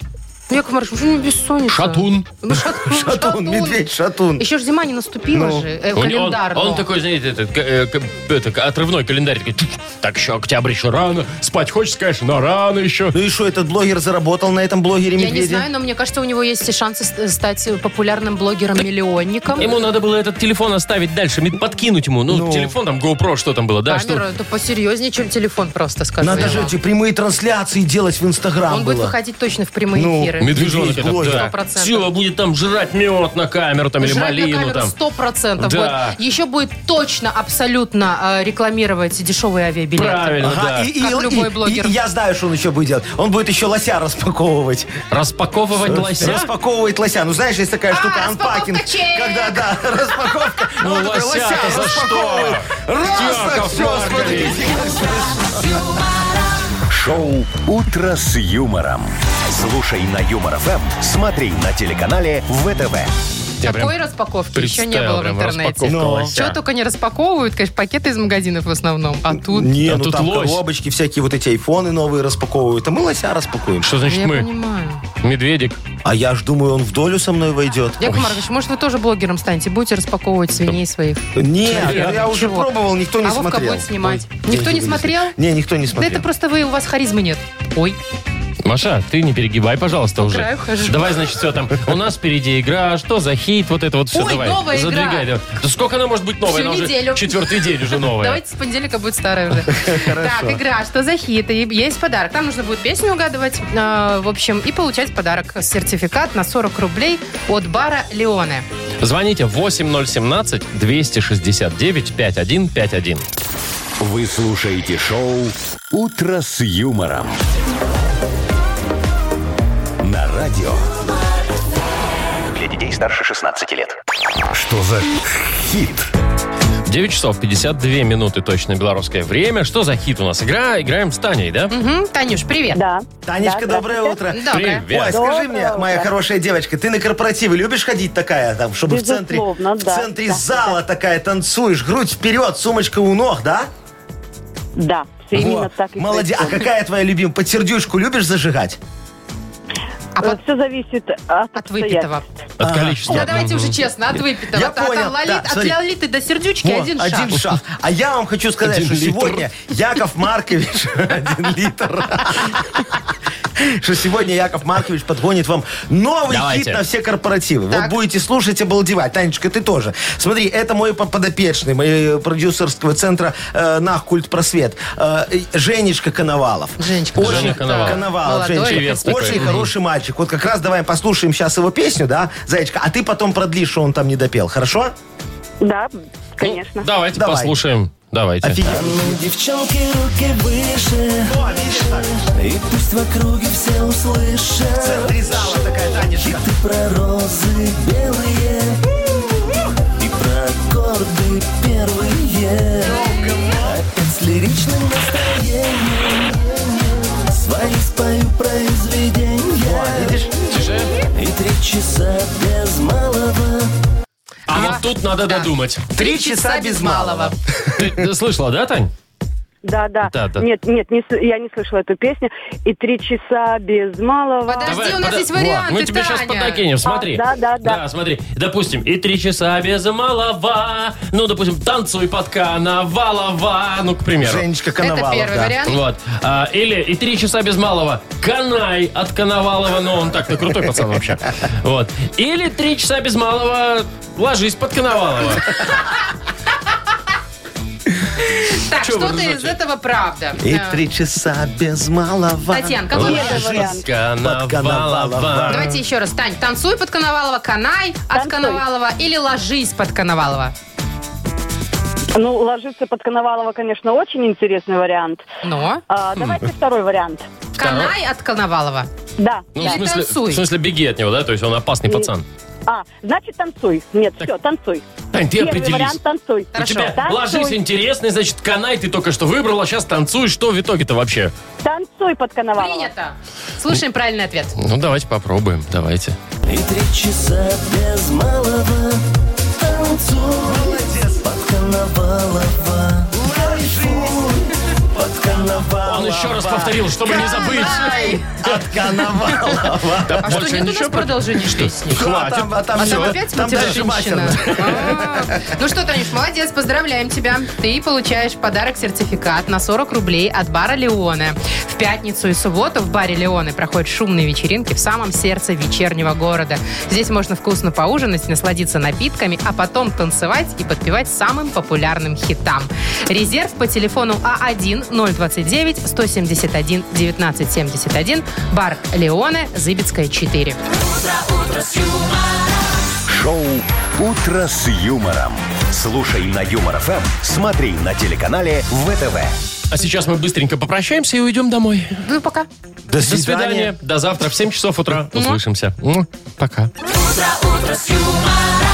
Ну, Яков Маркович, почему бессонница?
Шатун.
Ну, шатун,
Шатун, медведь, шатун.
Еще же зима не наступила
Ну.
же, э,
Он, он-
календарно.
он такой, знаете, этот, к- э, к- это, отрывной календарь. такой, «Тьф, так еще октябрь, еще рано. Спать хочешь, конечно, но рано еще.
Ну и что, этот блогер заработал на этом блогере
Я
медведя?
не знаю, но мне кажется, у него есть и шансы ст- стать популярным блогером-миллионником.
Ему надо было этот телефон оставить дальше, мед- подкинуть ему. Ну,
Ну.
телефон там, GoPro, что там было, да?
Камера,
что-
это посерьезнее, чем телефон просто, скажу я
Надо же
вам.
эти прямые трансляции делать в Инстаграм
Он
было.
будет выходить точно в прямые
Ну,
эфиры.
Медвежонок
Медведь,
этот,
блогер.
да.
100%.
Все, будет там жрать мед на камеру там или
Жрать на
малину
камеру
там.
100%
Да.
будет. Еще будет точно, абсолютно э, рекламировать дешевые авиабилеты.
Правильно,
Ага,
да.
и, и-
Как
и-
любой
и-
блогер.
и я знаю, что он еще будет делать. Он будет еще лося распаковывать.
Распаковывать лося?
Распаковывать лося. Ну, знаешь, есть такая штука, анпакинг.
А, распаковка чек.
Когда, да, распаковка.
Ну,
он такой,
лося-то за
распаковывает. Раз, так
Яков
все, смотрите.
Маркович.
Шоу «Утро с юмором». Слушай на Юмор ФМ, смотри на телеканале ВТВ.
Я прям
Такой распаковки еще не
представил
было в
прям
интернете.
Ну,
распаковку лося.
Чего только не распаковывают, конечно, пакеты из магазинов в основном. А тут...
Не,
А
ну
тут
там
лось.
коробочки всякие, вот эти айфоны новые распаковывают. А мы лося распакуем.
Что значит
Я
мы?
понимаю.
Медведик.
А я ж думаю, он в долю со мной войдет.
Яков Маркович, может, вы тоже блогером станете? Будете распаковывать свиней своих?
Нет, я уже
Чего?
пробовал, никто не
а Вовка
смотрел.
будет снимать.
Ой,
Никто
деньги
не
вылезли.
смотрел?
Не, никто
Да
не
это
смотрел.
просто вы, у вас харизмы нет. Ой.
Маша, ты не перегибай, пожалуйста, уже.
краю хожу.
Давай, значит, все там. У нас впереди игра, что за хит, вот это вот все.
Ой,
давай,
новая игра.
задвигай. давай. Да сколько она может быть новая?
Всю
она
неделю.
уже четвертый день уже новая.
Давайте с понедельника будет старая уже. Так, игра «Что за хит?» И есть подарок. Там нужно будет песню угадывать, э, в общем, и получать подарок. Сертификат на 40 рублей от бара «Леоне».
Звоните 8017-269-5151.
Вы слушаете шоу «Утро с юмором». На радио.
Для детей старше 16 лет.
Что за хит?
9 часов 52 минуты точно белорусское время. Что за хит у нас? Игра, играем с Таней, да?
Мгм, Танюш, привет.
Да.
Танечка,
Да,
доброе
здравствуйте.
утро.
Доброе.
Привет.
Ой, скажи
Доброе
мне, моя
утро.
хорошая девочка, ты на корпоративы любишь ходить такая, там, чтобы в центре,
Безусловно,
в
да,
центре
да,
зала такая танцуешь, грудь вперед, сумочка у ног, да?
Да. Все именно
Во,
так и
Молодец. А
происходит.
какая твоя любимая? Потердюшку любишь зажигать?
А
Э,
вот
Все зависит от,
от выпитого.
От
Ага.
количества. Ну,
Да, А, ну, давайте
Мгм.
уже честно, от выпитого.
Я
От- от
понял,
Лолит-
да,
От
смотри.
Лолиты до Сердючки
Во,
один шаг.
шаг. А я вам хочу сказать,
Один
что
литр.
сегодня Яков Маркович... Один литр. Что сегодня Яков Маркович подгонит вам новый
Давайте.
хит на все корпоративы.
Так.
Вот будете слушать, обалдевать. Танечка, ты тоже. Смотри, это мой по- подопечный, мой э, продюсерского центра э, «Нах Культ Просвет». Э, Женечка Коновалов.
Женечка
Очень-
Женя Коновалов.
Коновалов,
Молодой,
Женечка.
Привет такой.
Очень
Мгм.
хороший мальчик. Вот как раз давай послушаем сейчас его песню, да, Зайчка, а ты потом продлишь, что он там не допел, хорошо?
Да,
Ну,
конечно.
давайте
Давай.
послушаем. Давайте.
Офигенно.
Девчонки, руки выше, и пусть в округе все услышат.
Три зала такая Танечка.
Ты про розы белые И про аккорды первые Опять с лиричным настроением Свои спою произведения
Видишь?
И три часа без малого
А вот тут надо додумать.
Три часа без малого.
Ты слышала, да, Тань?
Да, да.
Да, да.
Нет, нет, не с- я не слышала эту песню. И три часа без малого.
Подожди,
Давай,
у нас
пода-
есть варианты,
Мы тебе
Таня.
сейчас подокинем, смотри.
А, да, да, да.
смотри. Допустим, и три часа без малого. Ну, допустим, танцуй под Коновалова. Ну, к примеру.
Женечка
Это
Коновалов,
первый
да.
вариант.
Вот. А, или и три часа без малого. Канай от Коновалова. Ну, он так-то крутой пацан вообще. Вот. Или три часа без малого. Ложись под Коновалова.
Так,
Чё вы
что-то из
ржете?
этого правда.
И
Э,
три часа без малого.
Татьян, какой
Первый
вариант?
вариант.
Коновалова.
Под Коновалова.
Давайте еще раз. Тань, танцуй под Коновалова, канай от
Танцуй.
Коновалова или ложись под Коновалова.
Ну, ложиться под Коновалова, конечно, очень интересный вариант.
Но
А, давайте второй вариант.
канай от Коновалова.
Да.
Ну,
да.
в,
Или
смысле,
танцуй.
в смысле, беги от него, да? То есть он опасный пацан.
А, значит, танцуй. Нет, все, танцуй.
Тань, ты
Первый
определись.
вариант танцуй.
У тебя
Танцуй.
ложись интересный, значит, канай ты только что выбрал, а сейчас танцуй. Что в итоге-то вообще?
Танцуй под Коновалова.
Принято. Слушаем правильный ответ.
Ну, давайте попробуем, давайте.
И три часа без малого Танцуй под Коновалова Кайфуй под Коновалова
Он еще раз повторил, чтобы не забыть.
От Коновалова.
А что, нет у нас продолжения песни?
А там, а там
А
всё.
там опять
Там дальше
матерная
матерно.
женщина. А. Ну что, Танюш, молодец, поздравляем тебя. Ты получаешь подарок-сертификат на 40 рублей от бара Леоне. В пятницу и субботу в баре Леоне проходят шумные вечеринки в самом сердце вечернего города. Здесь можно вкусно поужинать, насладиться напитками, а потом танцевать и подпевать самым популярным хитам. Резерв по телефону А А1-029-171-1971, бар Леоне, Зыбецкая, 4.
Шоу «Утро с юмором». Слушай на Юмор ФМ, смотри на телеканале ВТВ.
А сейчас мы быстренько попрощаемся и уйдем домой.
Ну, пока.
До
До свидания. До завтра в 7 часов утра. Услышимся. М, Пока.
утро с юмором.